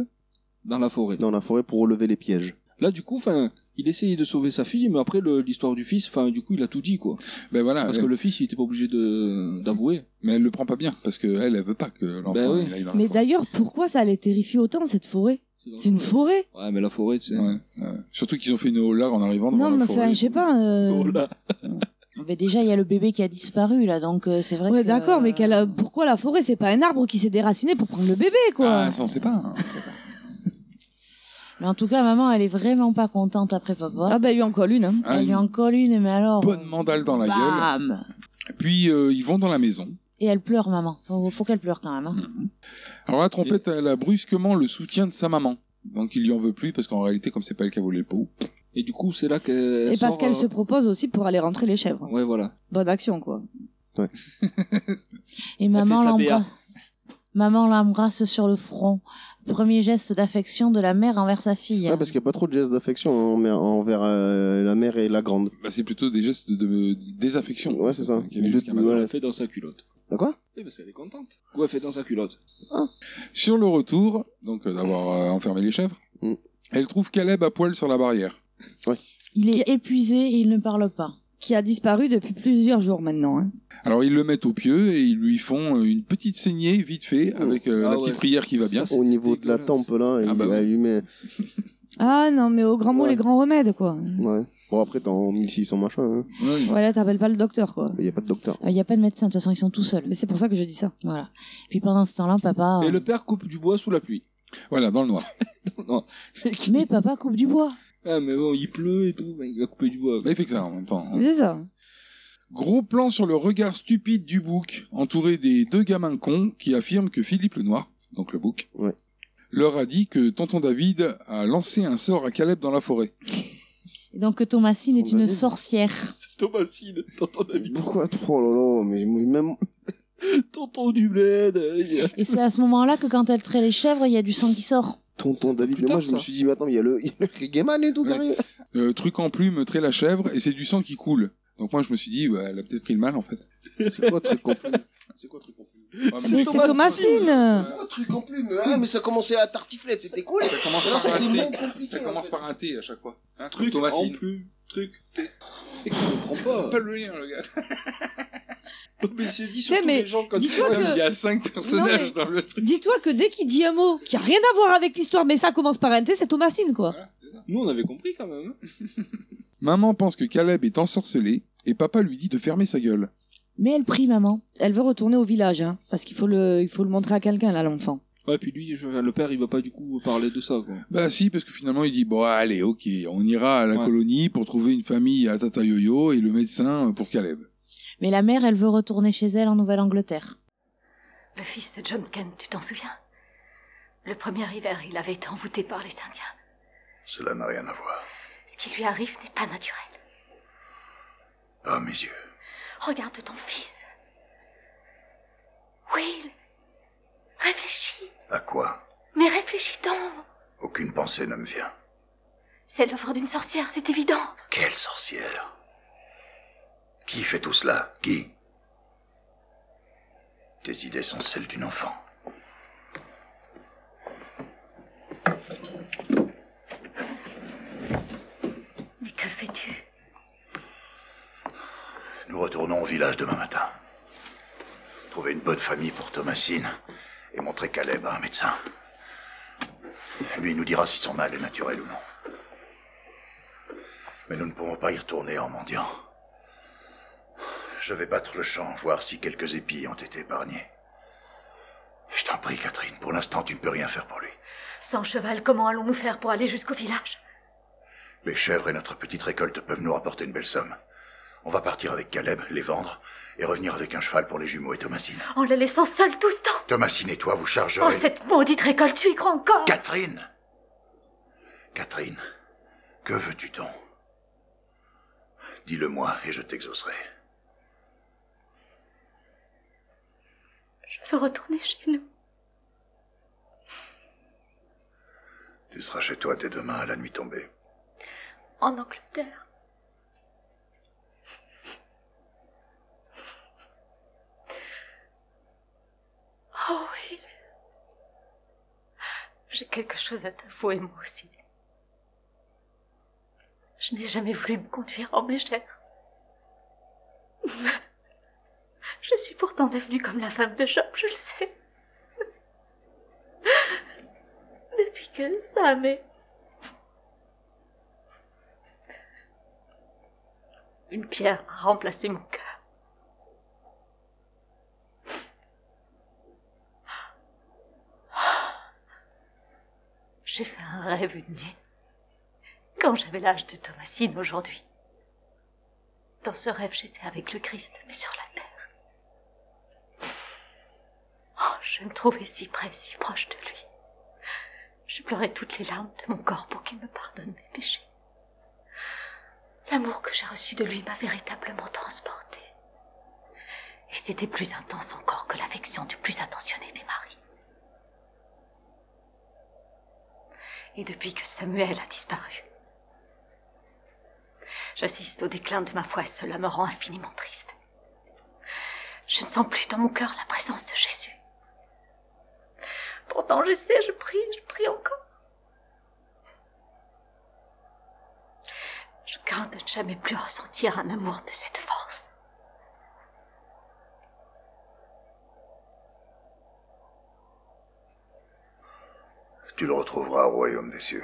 Dans la forêt.
Dans la forêt pour relever les pièges.
Là, du coup, enfin, il essayait de sauver sa fille, mais après le- l'histoire du fils, enfin, du coup, il a tout dit, quoi.
Ben voilà,
Parce
elle-
que le fils, il était pas obligé de d'avouer.
mais elle le prend pas bien parce que elle, elle veut pas que l'enfant
Ben oui.
il aille dans
Mais
la forêt.
d'ailleurs, pourquoi ça les terrifie autant cette forêt C'est une forêt
Ouais, mais la forêt, tu sais.
Ouais, ouais. Surtout qu'ils ont fait une hollard en arrivant devant
Non, mais
la
enfin,
forêt.
je sais pas. euh,
Oh là.
Ben
ben déjà il y a le bébé qui a disparu là, donc euh, c'est vrai.
Ouais,
que...
d'accord, mais qu'elle a- pourquoi la forêt C'est pas un arbre qui s'est déraciné pour prendre le bébé, quoi.
Ah, ça, on sait pas. hein.
Mais en tout cas, maman, elle est vraiment pas contente après papa.
Ah ben lui encore une. Hein.
Ah,
Elle lui
une-
encore une, mais alors.
Bonne mandale dans la
Bam
gueule. Puis euh, ils vont dans la maison.
Et elle pleure, maman. Faut, faut qu'elle pleure quand même. hein.
Alors la trompette, elle a brusquement le soutien de sa maman. Donc il lui en veut plus parce qu'en réalité, comme c'est pas elle qui a volé le pot.
Et du coup, c'est là que.
Et parce qu'elle se propose aussi pour aller rentrer les chèvres.
euh. Ouais, voilà.
Bonne action, quoi.
Et maman l'embrasse. Maman l'embrasse sur le front. Premier geste d'affection de la mère envers sa fille.
Ouais, parce qu'il n'y a pas trop de gestes d'affection en- envers euh, la mère et la grande.
Bah, c'est plutôt des gestes de, de- désaffection.
Ouais, c'est ça.
Qu'il y avait
De-
jusqu'à maintenant.
ouais.
fait dans sa culotte.
Ah, quoi
Eh ben, elle est contente. Ouais, fait dans sa culotte.
Sur le retour, donc euh, d'avoir euh, enfermé les chèvres,
Mm.
elle trouve Caleb à poil sur la barrière.
Il est épuisé et il ne parle pas.
Qui a disparu depuis plusieurs jours maintenant. Hein.
Alors ils le mettent au pieu et ils lui font euh, une petite saignée vite fait avec euh,
Ah
la
ouais,
petite prière qui va bien.
Au niveau de la tempe, là, il
bah
elle lui met.
Ah non, mais au grand mot, les grands remèdes, quoi.
Ouais. Bon, après, t'es en 1600 machin. Hein.
Voilà, t'appelles pas le docteur, quoi.
Il n'y a pas de docteur.
Il n'y Euh, a pas de médecin, de toute façon, ils sont tout seuls.
Mais c'est pour ça que je dis ça.
Voilà. Puis pendant ce temps-là,
Ah.
papa. euh,
Et le père coupe du bois sous la pluie.
Voilà, dans le noir.
non.
Mais papa coupe du bois.
Ah, mais bon, il pleut et tout, ben, il va couper du bois.
Mais Bah, il fait que ça en même temps.
C'est ça.
Gros plan sur le regard stupide du bouc, entouré des deux gamins cons qui affirment que Philippe le Noir, donc le bouc, leur a dit que tonton David a lancé un sort à Caleb dans la forêt.
Et Donc que Thomasine est
Tonton
une
David.
sorcière.
Thomasine, tonton David.
Pourquoi Oh là là, mais même.
Tonton du bled. euh,
Et c'est à ce moment-là que quand elle traite les chèvres, il y a du sang qui sort.
Tonton David, mais
tard,
moi je me
ça.
suis dit, mais attends, il y a le, il y a le reggae man et tout qui
Ouais.
arrive.
Euh, truc en plume, trait la chèvre, et c'est du sang qui coule. Donc moi je me suis dit, bah, elle a peut-être pris le mal en fait. Ah,
C'est quoi truc en plume
C'est quoi truc en plume
Mais c'est Thomasine
Oh, truc en plume, hein, mais ça commençait à tartiflette, c'était cool.
Ça commence
Alors,
par un
c'était
T.
non compliqué.
Ça
en
commence
fait.
par un T à chaque fois. Hein,
Truc en
Thomasine.
plus. Truc. C'est qu'on comprend pas.
Pas le lien, le gars.
Mais c'est dit
surtout mais les gens quand dis-toi ils- que-
Il y a cinq personnages
mais-
dans le truc.
Dis-toi que dès qu'il dit un mot qui a rien à voir avec l'histoire, mais ça commence par un T, c'est Thomasine, quoi.
Nous, on avait compris quand même. hein.
Maman pense que Caleb est ensorcelé et papa lui dit de fermer sa gueule.
Mais elle prie maman.
Elle veut retourner au village, hein, parce qu'il faut le, il faut le montrer à quelqu'un, là, l'enfant.
Ouais, puis lui, je- le père, il va pas du coup parler de ça, quoi.
Bah si, parce que finalement il dit bon allez ok, on ira à la colonie pour trouver une famille à Tata Yoyo et le médecin pour Caleb.
Mais la mère, elle veut retourner chez elle en Nouvelle-Angleterre.
Le fils de John Kent, tu t'en souviens Le premier hiver, il avait été envoûté par les Indiens.
Cela n'a rien à voir.
Ce qui lui arrive n'est pas naturel.
Pas à mes yeux.
Regarde ton fils. Will, réfléchis,
À quoi
mais réfléchis donc.
Aucune pensée ne me vient.
C'est l'œuvre d'une sorcière, c'est évident.
Quelle sorcière Qui fait tout cela Qui Tes idées sont celles d'une enfant.
Mais que fais-tu
Nous retournons au village demain matin. Trouver une bonne famille pour Thomasine et montrer Caleb à un médecin. Lui nous dira si son mal est naturel ou non. Mais nous ne pouvons pas y retourner en mendiant. Je vais battre le champ, voir si quelques épis ont été épargnés. Je t'en prie, Catherine, pour l'instant tu ne peux rien faire pour lui.
Sans cheval, comment allons-nous faire pour aller jusqu'au village
Les chèvres et notre petite récolte peuvent nous rapporter une belle somme. On va partir avec Caleb, les vendre, et revenir avec un cheval pour les jumeaux et Thomasine.
En les laissant seuls tout ce temps
Thomasine et toi vous chargerez.
Oh, cette maudite récolte, tu y crois encore
Catherine Catherine, que veux-tu donc Dis-le-moi et je t'exaucerai.
Je veux retourner chez nous.
Tu seras chez toi dès demain à la nuit tombée.
En Angleterre. Oh oui. J'ai quelque chose à t'avouer, moi aussi. Je n'ai jamais voulu me conduire en mégère. Je suis pourtant devenue comme la femme de Job, je le sais. Depuis que Sam est Une pierre a remplacé mon cœur. J'ai fait un rêve une nuit, quand j'avais l'âge de Thomasine aujourd'hui. Dans ce rêve, j'étais avec le Christ, mais sur la terre. Oh, je me trouvais si près, si proche de lui. Je pleurais toutes les larmes de mon corps pour qu'il me pardonne mes péchés. L'amour que j'ai reçu de lui m'a véritablement transportée. Et c'était plus intense encore que l'affection du plus attentionné des maris. Et depuis que Samuel a disparu, j'assiste au déclin de ma foi et cela me rend infiniment triste. Je ne sens plus dans mon cœur la présence de Jésus. Pourtant, je sais, je prie, je prie encore. Je crains de ne jamais plus ressentir un amour de cette force.
Tu le retrouveras au royaume des cieux.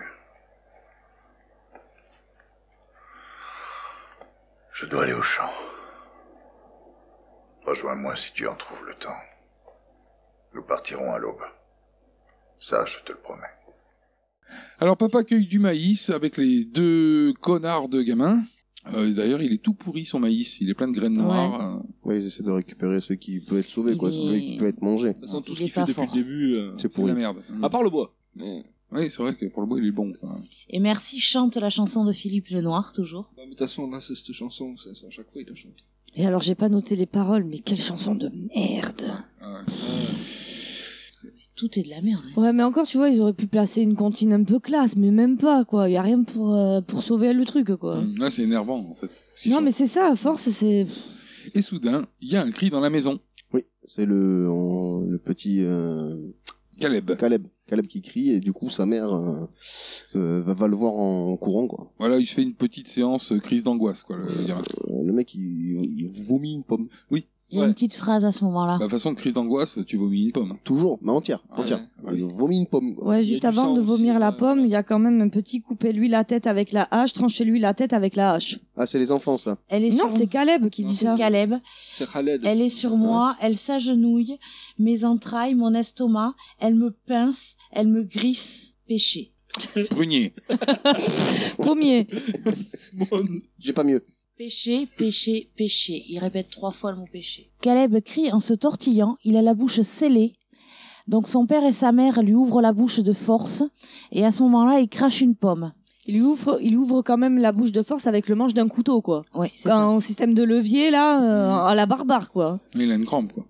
Je dois aller au champ. Rejoins-moi si tu en trouves le temps. Nous partirons à l'aube. Ça, je te le promets.
Alors papa cueille du maïs avec les deux connards de gamins. Euh, D'ailleurs, il est tout pourri son maïs, il est plein de graines noires. Euh,
Ouais, ils essaient de récupérer ce qui peut être sauvé, quoi, ce qui peut être mangé.
toute façon, tout ce qu'il fait depuis le début, euh,
C'est
c'est de
pourri. Mm.
la merde.
Mm.
À part le bois. Mais...
Oui, c'est vrai que pour le bois, il est bon. quoi.
Et merci chante la chanson de Philippe Lenoir, toujours.
De toute façon, là, c'est cette chanson, ça, ça, à chaque fois, il la chante.
Et alors, j'ai pas noté les paroles, mais quelle chanson de merde.
Tout est de la merde. hein.
Ouais, mais encore, tu vois, ils auraient pu placer une comptine un peu classe, mais même pas, quoi. Y a rien pour, euh, pour sauver le truc, quoi.
Mm, Là, c'est énervant en fait.
non, mais c'est ça, à force, c'est.
Et soudain, il y a un cri dans la maison.
Oui, c'est le, on- le petit. euh,
Caleb.
Bah.
Caleb. Caleb qui crie, et du coup, sa mère euh, euh, va, va le voir en, courant, quoi.
Voilà, il se fait une petite séance euh, crise d'angoisse, quoi, le gamin.
Euh, Le mec, il, il vomit une pomme.
Oui.
Il y a une petite phrase à ce moment-là.
Ah.
Bah, De toute façon, crise d'angoisse, tu vomis une pomme.
Toujours, mais entière,
Ah,
entière. Il vomit Ah, une pomme. quoi.
Ouais, juste avant de vomir la pomme, il y a quand même un petit coupez-lui la tête avec la hache, tranchez-lui la tête avec la hache.
Ah, c'est les enfants, ça.
Elle est
non,
sur-
c'est Caleb qui dit ça.
Caleb.
C'est Khaled.
Elle est sur moi, elle s'agenouille, mes entrailles, mon estomac, elle me pince, elle me griffe, péché.
Prunier.
Premier.
J'ai pas mieux.
Péché, péché, péché. Il répète trois fois le mot péché. Caleb crie en se tortillant, il a la bouche scellée. Donc son père et sa mère lui ouvrent la bouche de force, et à ce moment-là, il crache une pomme.
Il lui ouvre, il ouvre quand même la bouche de force avec le manche d'un couteau, quoi.
Ouais,
c'est Un système de levier, là, euh, à la barbare, quoi.
Mais il a une crampe, quoi.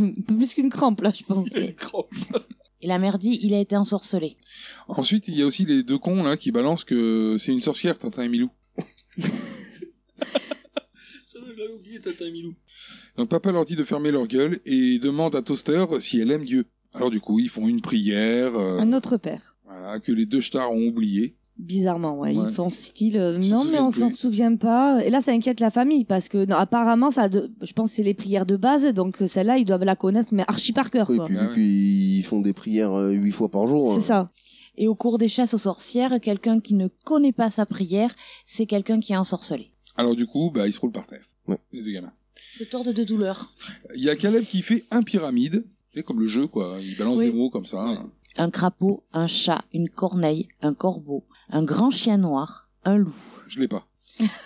Un peu Plus qu'une crampe, là, je pense.
Et la mère dit, il a été ensorcelé.
Ensuite, il y a aussi les deux cons, là, qui balancent que c'est une sorcière, Tintin et Milou.
Ça, je l'avais oublié, Tata Milou.
Donc papa leur dit de fermer leur gueule et demande à Toaster si elle aime Dieu. Alors du coup, ils font une prière, euh,
Un autre père.
voilà, que les deux stars ont oublié.
Bizarrement, ouais.
Ouais.
Ils font style. euh,
Ils se
non, mais on
souviennent
s'en
plus.
souvient pas. Et là, ça inquiète la famille parce que non, apparemment, ça, a de- je pense, que c'est les prières de base. Donc euh, celle-là, ils doivent la connaître, mais archi par cœur,
Et
quoi.
puis,
Ah
vu qu'ils font des prières euh, huit fois par jour.
C'est
hein.
ça.
Et au cours des chasses aux sorcières, quelqu'un qui ne connaît pas sa prière, c'est quelqu'un qui est ensorcelé.
Alors du coup, bah, ils se roulent par terre, les deux gamins.
Se tordent de douleur.
Il y a Caleb qui fait un pyramide, c'est comme le jeu, quoi. Il balance
Oui.
des mots comme ça. hein.
un crapaud, un chat, une corneille, un corbeau, un grand chien noir, un loup.
Je l'ai pas.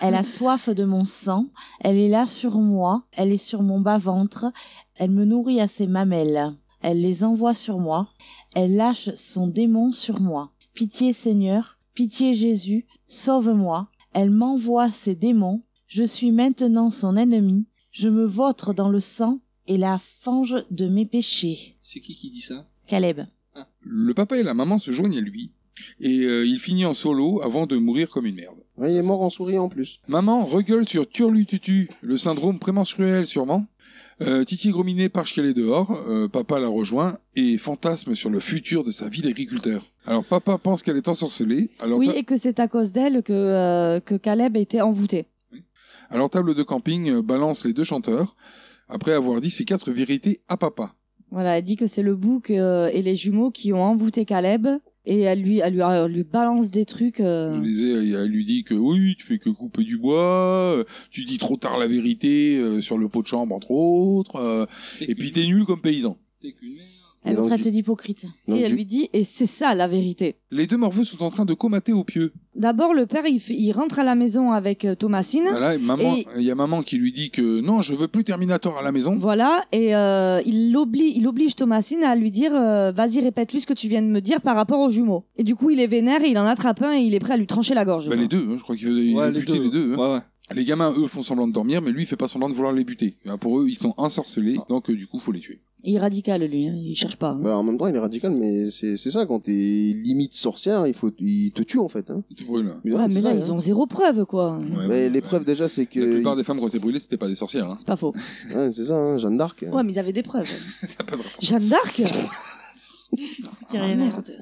Elle a soif de mon sang, elle est là sur moi, elle est sur mon bas-ventre, elle me nourrit à ses mamelles, elle les envoie sur moi, elle lâche son démon sur moi. Pitié Seigneur, pitié Jésus, sauve-moi, elle m'envoie ses démons, je suis maintenant son ennemi, je me vautre dans le sang et la fange de mes péchés.
C'est qui qui dit ça
Caleb.
Le papa et la maman se joignent à lui et euh, il finit en solo avant de mourir comme une merde.
Ouais, il est mort en souriant en plus.
Maman regueule sur Turlututu, le syndrome prémenstruel sûrement. Euh, Titi Grominet part chez les dehors, euh, papa la rejoint et fantasme sur le futur de sa vie d'agriculteur. Alors papa pense qu'elle est ensorcelée, alors,
oui,
ta-
et que c'est à cause d'elle que, euh, que Caleb était envoûté.
alors table de camping euh, balance les deux chanteurs après avoir dit ces quatre vérités à papa.
Voilà, elle dit que c'est le bouc euh, et les jumeaux qui ont envoûté Caleb Et elle lui, elle lui, elle lui balance des trucs. euh,
Elle les a- elle lui dit que oui, oui, tu fais que couper du bois, euh, tu dis trop tard la vérité euh, sur le pot de chambre, entre autres, euh, et puis t'es nul comme paysan.
Elle
Et
le
donc
traite
du-
d'hypocrite.
donc
et elle
du-
lui dit, et c'est ça la vérité.
Les deux morveux sont en train de comater au pieu.
D'abord, le père, il, fait- il rentre à la maison avec euh, Thomasine.
Voilà, et maman,
Et-
il y a maman qui lui dit que non, je veux plus Terminator à la maison.
Voilà, et euh, il, l'oblige, il oblige Thomasine à lui dire euh, Vas-y, répète-lui ce que tu viens de me dire par rapport aux jumeaux. Et du coup, il est vénère et il en attrape un et il est prêt à lui trancher la gorge.
Bah, les deux, hein, je crois qu'il veut il
Ouais,
veut
les
buter
deux.
les deux. hein. Les gamins, eux, font semblant de dormir, mais lui, il fait pas semblant de vouloir les buter. Bah, Pour eux, ils sont ensorcelés, donc euh, du coup, faut les tuer.
Il est radical, lui, hein, il cherche pas. hein.
Bah, en même temps, il est radical, mais c'est c'est ça, quand t'es limite sorcière, il faut, il te tue en fait. Hein.
Ouais, mais là, ils ont zéro preuve, quoi.
Mais les preuves déjà, c'est que.
La plupart des femmes, quand t'es brûlées, c'était pas des sorcières. Hein.
C'est pas faux.
Ouais, c'est ça, hein, Jeanne d'Arc.
Ouais, mais ils avaient des preuves. Jeanne d'Arc Ah, merde.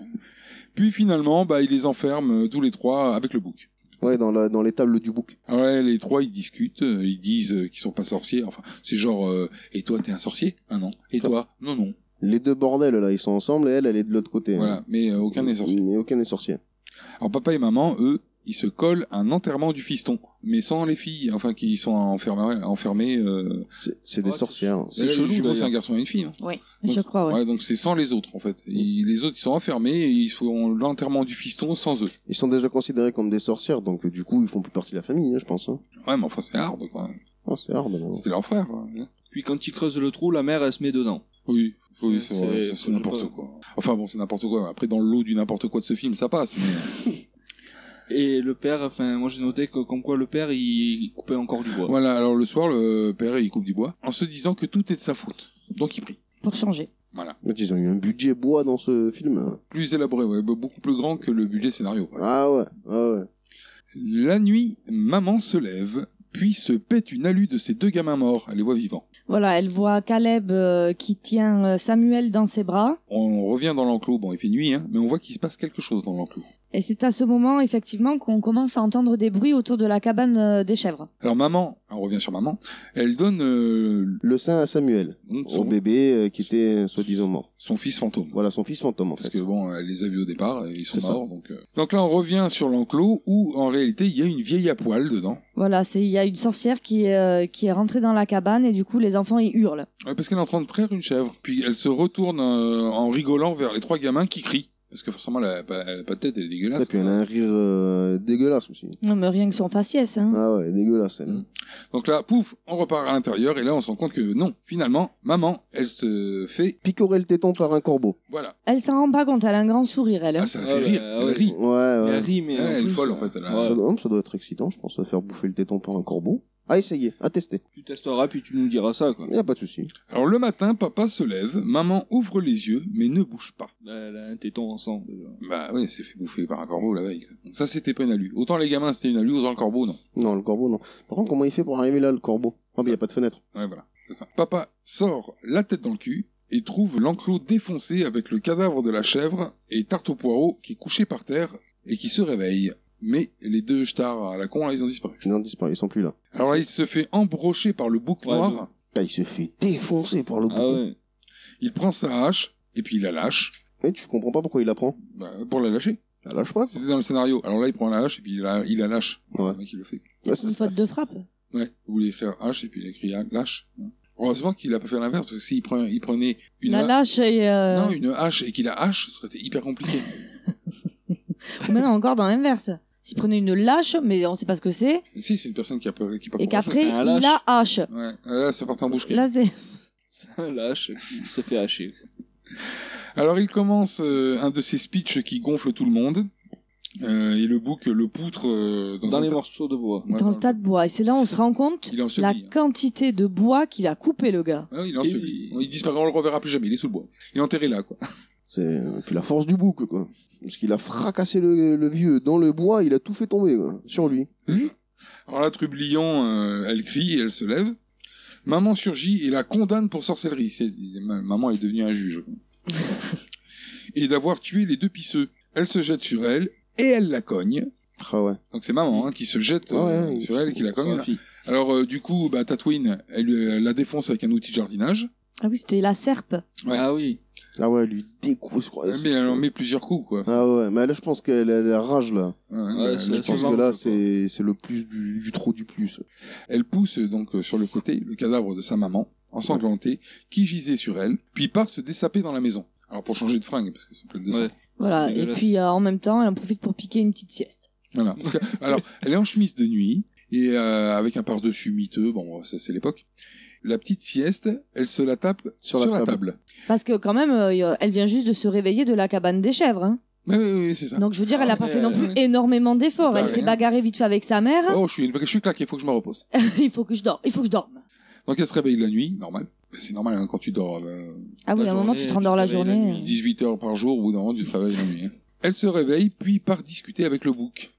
Puis finalement, bah, il les enferme euh, tous les trois avec le bouc.
Ouais, dans, la, dans les tables du bouc.
Ouais, les trois, ils discutent, euh, ils disent euh, qu'ils sont pas sorciers. Enfin, c'est genre, euh, et toi, t'es un sorcier Ah non. Et toi Non, non.
Les deux bordels, là, ils sont ensemble et elle, elle est de l'autre côté. hein.
Voilà, mais euh, aucun n'est sorcier.
Mais aucun n'est sorcier.
Alors papa et maman, eux, ils se collent à un enterrement du fiston, mais sans les filles, enfin, qui sont enfermées. enfermées euh...
C'est des sorcières.
c'est le jumeau, c'est un garçon et une fille, non
Oui.
Donc-
Je crois, ouais.
donc c'est sans les autres, en fait. Ils- les autres, ils sont enfermés et ils font l'enterrement du fiston sans eux.
hein. Ils sont déjà considérés comme des sorcières, donc euh, du coup, ils font plus partie de la famille, hein, je pense. hein.
Ouais, mais enfin, c'est hard, quoi.
Oh, c'est hard, là.
C'était leur frère. quoi.
Puis quand il creuse le trou, la mère, elle se met dedans.
Oui, oui,
C'est-
c'est vrai, ça,
je
c'est
sais
n'importe
pas.
quoi. Enfin bon, c'est n'importe quoi. Après, dans l'eau du n'importe quoi de ce film, ça passe. mais-
Et le père, enfin, moi j'ai noté que comme quoi le père, il coupait encore du bois.
Voilà, alors le soir, le père, il coupe du bois, en se disant que tout est de sa faute. Donc il prie.
Pour changer.
Voilà.
Ils ont eu un budget bois dans ce film. hein.
Plus élaboré, ouais, bah, beaucoup plus grand que le budget scénario. quoi.
Ah ouais, ah ouais.
La nuit, maman se lève, puis se pète une alu de ses deux gamins morts. Elle les voit vivants.
Voilà, elle voit Caleb euh, qui tient euh, Samuel dans ses bras.
On revient dans l'enclos, bon, il fait nuit, hein, mais on voit qu'il se passe quelque chose dans l'enclos.
Et c'est à ce moment, effectivement, qu'on commence à entendre des bruits autour de la cabane euh, des chèvres.
Alors maman, on revient sur maman, elle donne euh,
Le sein à Samuel,
Donc,
au
son-
bébé euh, qui était euh, soi-disant mort.
son fils fantôme.
Voilà, son fils fantôme, en
Parce
fait.
que bon, elle les a vus au départ, et ils sont
C'est ça.
morts. Donc, euh. donc là, on revient sur l'enclos où, en réalité, il y a une vieille à poil dedans.
Voilà, c'est il y a une sorcière qui est, euh, qui est rentrée dans la cabane et du coup les enfants ils hurlent.
Ouais, parce qu'elle est en train de traire une chèvre. Puis elle se retourne euh, en rigolant vers les trois gamins qui crient. Parce que forcément, elle a pas, elle a pas de tête, elle est dégueulasse.
Et puis elle a un rire euh, dégueulasse aussi.
Non mais rien que son faciès hein.
Ah ouais, dégueulasse
Mm.
elle.
Donc là, pouf, on repart à l'intérieur et là, on se rend compte que non, finalement, maman, elle se fait.
Picorer le téton par un corbeau.
Voilà.
Elle s'en rend pas compte, elle a un grand sourire elle. hein.
Ah, ça la fait rire.
ah
elle
ouais.
rit.
Ouais, ouais.
Elle rit, mais
Ouais,
en
elle est
plus,
folle, en fait. Elle a-
Ça, doit, ça doit être excitant, je pense, de faire bouffer le téton par un corbeau. À essayer, à tester.
Tu testeras, puis tu nous diras ça, quoi.
Y a pas de souci.
Alors le matin, papa se lève, maman ouvre les yeux, mais ne bouge pas.
Bah, Elle a un téton ensemble. déjà.
Bah oui, c'est fait bouffer par un corbeau la veille. Donc ça, c'était pas une alu. Autant les gamins, c'était une alu, autant le corbeau, non.
Non, le corbeau, non. Par contre, comment il fait pour arriver là, le corbeau Ah, mais y a pas de fenêtre.
Ouais, voilà, c'est ça. Papa sort la tête dans le cul et trouve l'enclos défoncé avec le cadavre de la chèvre et tarte au poireau qui est couché par terre et qui se réveille. Mais les deux stars à la con, là, ils ont disparu.
Ils ont disparu, ils sont plus là.
Alors là, il se fait embrocher par le bouc
Ouais,
noir.
Ah, il se fait défoncer par le
Ah
bouquet.
ouais.
Il prend sa hache et puis il la lâche
Et tu comprends pas pourquoi il la prend.
bah, pour la lâcher.
Elle lâche pas.
C'était dans le scénario. Alors là, il prend la hache et puis il la, il la lâche.
Ouais.
Le mec, il le fait.
Ouais,
Une
Bah, c'est ça.
faute de frappe.
Ouais, il voulait faire hache et puis il a écrit ah, lâche. Heureusement qu'il a pas fait l'inverse parce que s'il prenait, il prenait une,
la
ha-
lâche et euh...
non, une hache et qu'il la hache, ça aurait été hyper compliqué.
mais non, encore dans l'inverse. S'il prenait une lâche mais on sait pas ce que c'est
Si, c'est une personne qui a pas, qui a pas
et
compris.
qu'après
c'est un
il
lâche.
la hache.
Ouais, ah, là, ça part en bouche.
Là c'est
C'est un lâche qui se fait hacher.
Alors, il commence euh, un de ses speeches qui gonfle tout le monde. Euh, et le bouc le poutre euh, dans,
Dans
un
les
tas-
morceaux de bois.
Ouais, bah,
dans
dans
le tas de bois et c'est là on se rend compte
Il est enseveli,
la
hein.
quantité de bois qu'il a coupé le gars.
Ouais, il est enseveli. Il disparaît, on le reverra plus jamais. Il est sous le bois. Il est enterré là, quoi.
C'est et puis la force du bouc, quoi. Parce qu'il a fracassé le, le vieux dans le bois, il a tout fait tomber, quoi, sur lui.
Alors là, Trublion, euh, elle crie et elle se lève. Maman surgit et la condamne pour sorcellerie. C'est- ma- Maman est devenue un juge. et d'avoir tué les deux pisseux. Elle se jette sur elle et elle la cogne.
Ah ouais.
Donc c'est maman hein, qui se jette euh,
Ouais, ouais.
sur elle et qui la cogne.
La fille.
Alors euh, du coup, bah, Tatooine, elle, euh, la défonce avec un outil de jardinage.
Ah oui, c'était la serpe.
Ouais.
Ah oui.
Ah ouais, elle lui décousse, quoi.
Ah, Mais elle en met plusieurs coups, quoi.
Ah ouais, mais là, je pense qu'elle elle rage, là.
Ouais,
Euh,
c'est
je
la
pense que
suivante,
là,
je
c'est c'est le plus du, du trop du plus.
Elle pousse donc euh, sur le côté le cadavre de sa maman, ensanglantée, qui gisait sur elle, puis part se dessaper dans la maison. Alors pour changer de fringue, parce que c'est plein de sang.
Voilà, et
Dégueulasse.
puis euh, en même temps, elle en profite pour piquer une petite sieste.
Voilà. Parce que, alors, elle est en chemise de nuit et euh, avec un pardessus miteux. Bon, ça c'est l'époque. La petite sieste, elle se la tape sur, la, table.
Parce que quand même, euh, y a- elle vient juste de se réveiller de la cabane des chèvres. hein.
Oui, oui, oui, c'est ça.
Donc je veux dire, elle n'a pas
mais
fait non
elle-
plus énormément d'efforts.
Ah. Bah,
elle s'est
rien.
bagarrée vite fait avec sa mère.
Oh, je suis, je suis claqué, il faut que je me repose.
il faut que je dorme, il faut que je dorme.
Donc elle se réveille la nuit, normal. Mais C'est normal hein, quand tu dors. euh,
Ah oui,
la
à un moment,
journée,
tu te rendors la
réveilles
journée. euh.
nuit. 18 heures par jour, au bout d'un moment, tu te réveilles la nuit. hein. Elle se réveille, puis part discuter avec le bouc.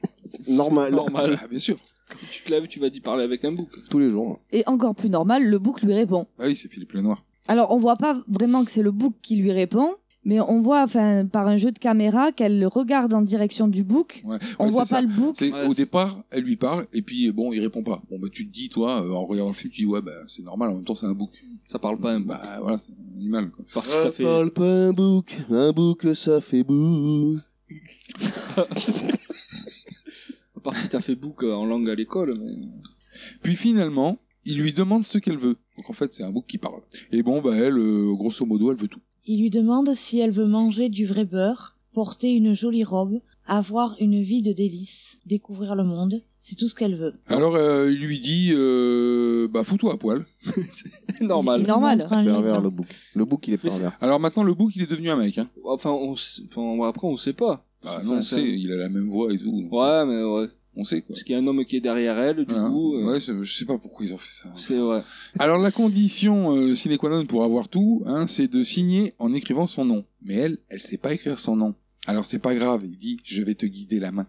Normal.
Normal.
Ah, bien sûr.
Quand tu te lèves, tu vas d'y parler avec un bouc.
Tous les jours. hein.
Et encore plus normal, le bouc lui répond.
Ah oui, c'est Philippe Lenoir.
Alors, on voit pas vraiment que c'est le bouc qui lui répond, mais on voit, enfin, par un jeu de caméra, qu'elle le regarde en direction du bouc.
Ouais,
On
ouais,
voit
c'est
pas
ça.
le bouc.
C'est- au départ, elle lui parle, et puis bon, il répond pas. Bon, bah tu te dis, toi, euh, en regardant le film, tu dis, ouais, bah c'est normal, en même temps, c'est un bouc. Ça parle pas, Bah voilà, c'est un animal, quoi.
Parce
Ça parle pas un bouc, un bouc ça fait bouc.
À part si t'as fait bouc euh, en langue à l'école, mais.
Puis finalement, il lui demande ce qu'elle veut. Donc en fait, c'est un bouc qui parle. Et bon, bah elle, euh, grosso modo, elle veut tout.
Il lui demande si elle veut manger du vrai beurre, porter une jolie robe, avoir une vie de délices, découvrir le monde, c'est tout ce qu'elle veut.
Ah.
Alors, euh, il lui dit, euh, bah fous-toi à poil.
Ah,
Normal.
Normal.
Pervers le bouc. Le bouc il est pervers.
Alors maintenant, le bouc, il est devenu un mec. Hein.
Enfin, on s- enfin, après, on sait pas.
Bah
Enfin,
non, on
ça-
sait, il a la même voix et tout.
Ouais, mais ouais.
On sait quoi.
Parce qu'il y a un homme qui est derrière elle, du
Voilà.
coup. euh,
Ouais, je, je sais pas pourquoi ils ont fait ça.
C'est vrai.
Alors la condition euh, sine qua non pour avoir tout, hein, c'est de signer en écrivant son nom. Mais elle, elle sait pas écrire son nom. Alors c'est pas grave, il dit je vais te guider la main.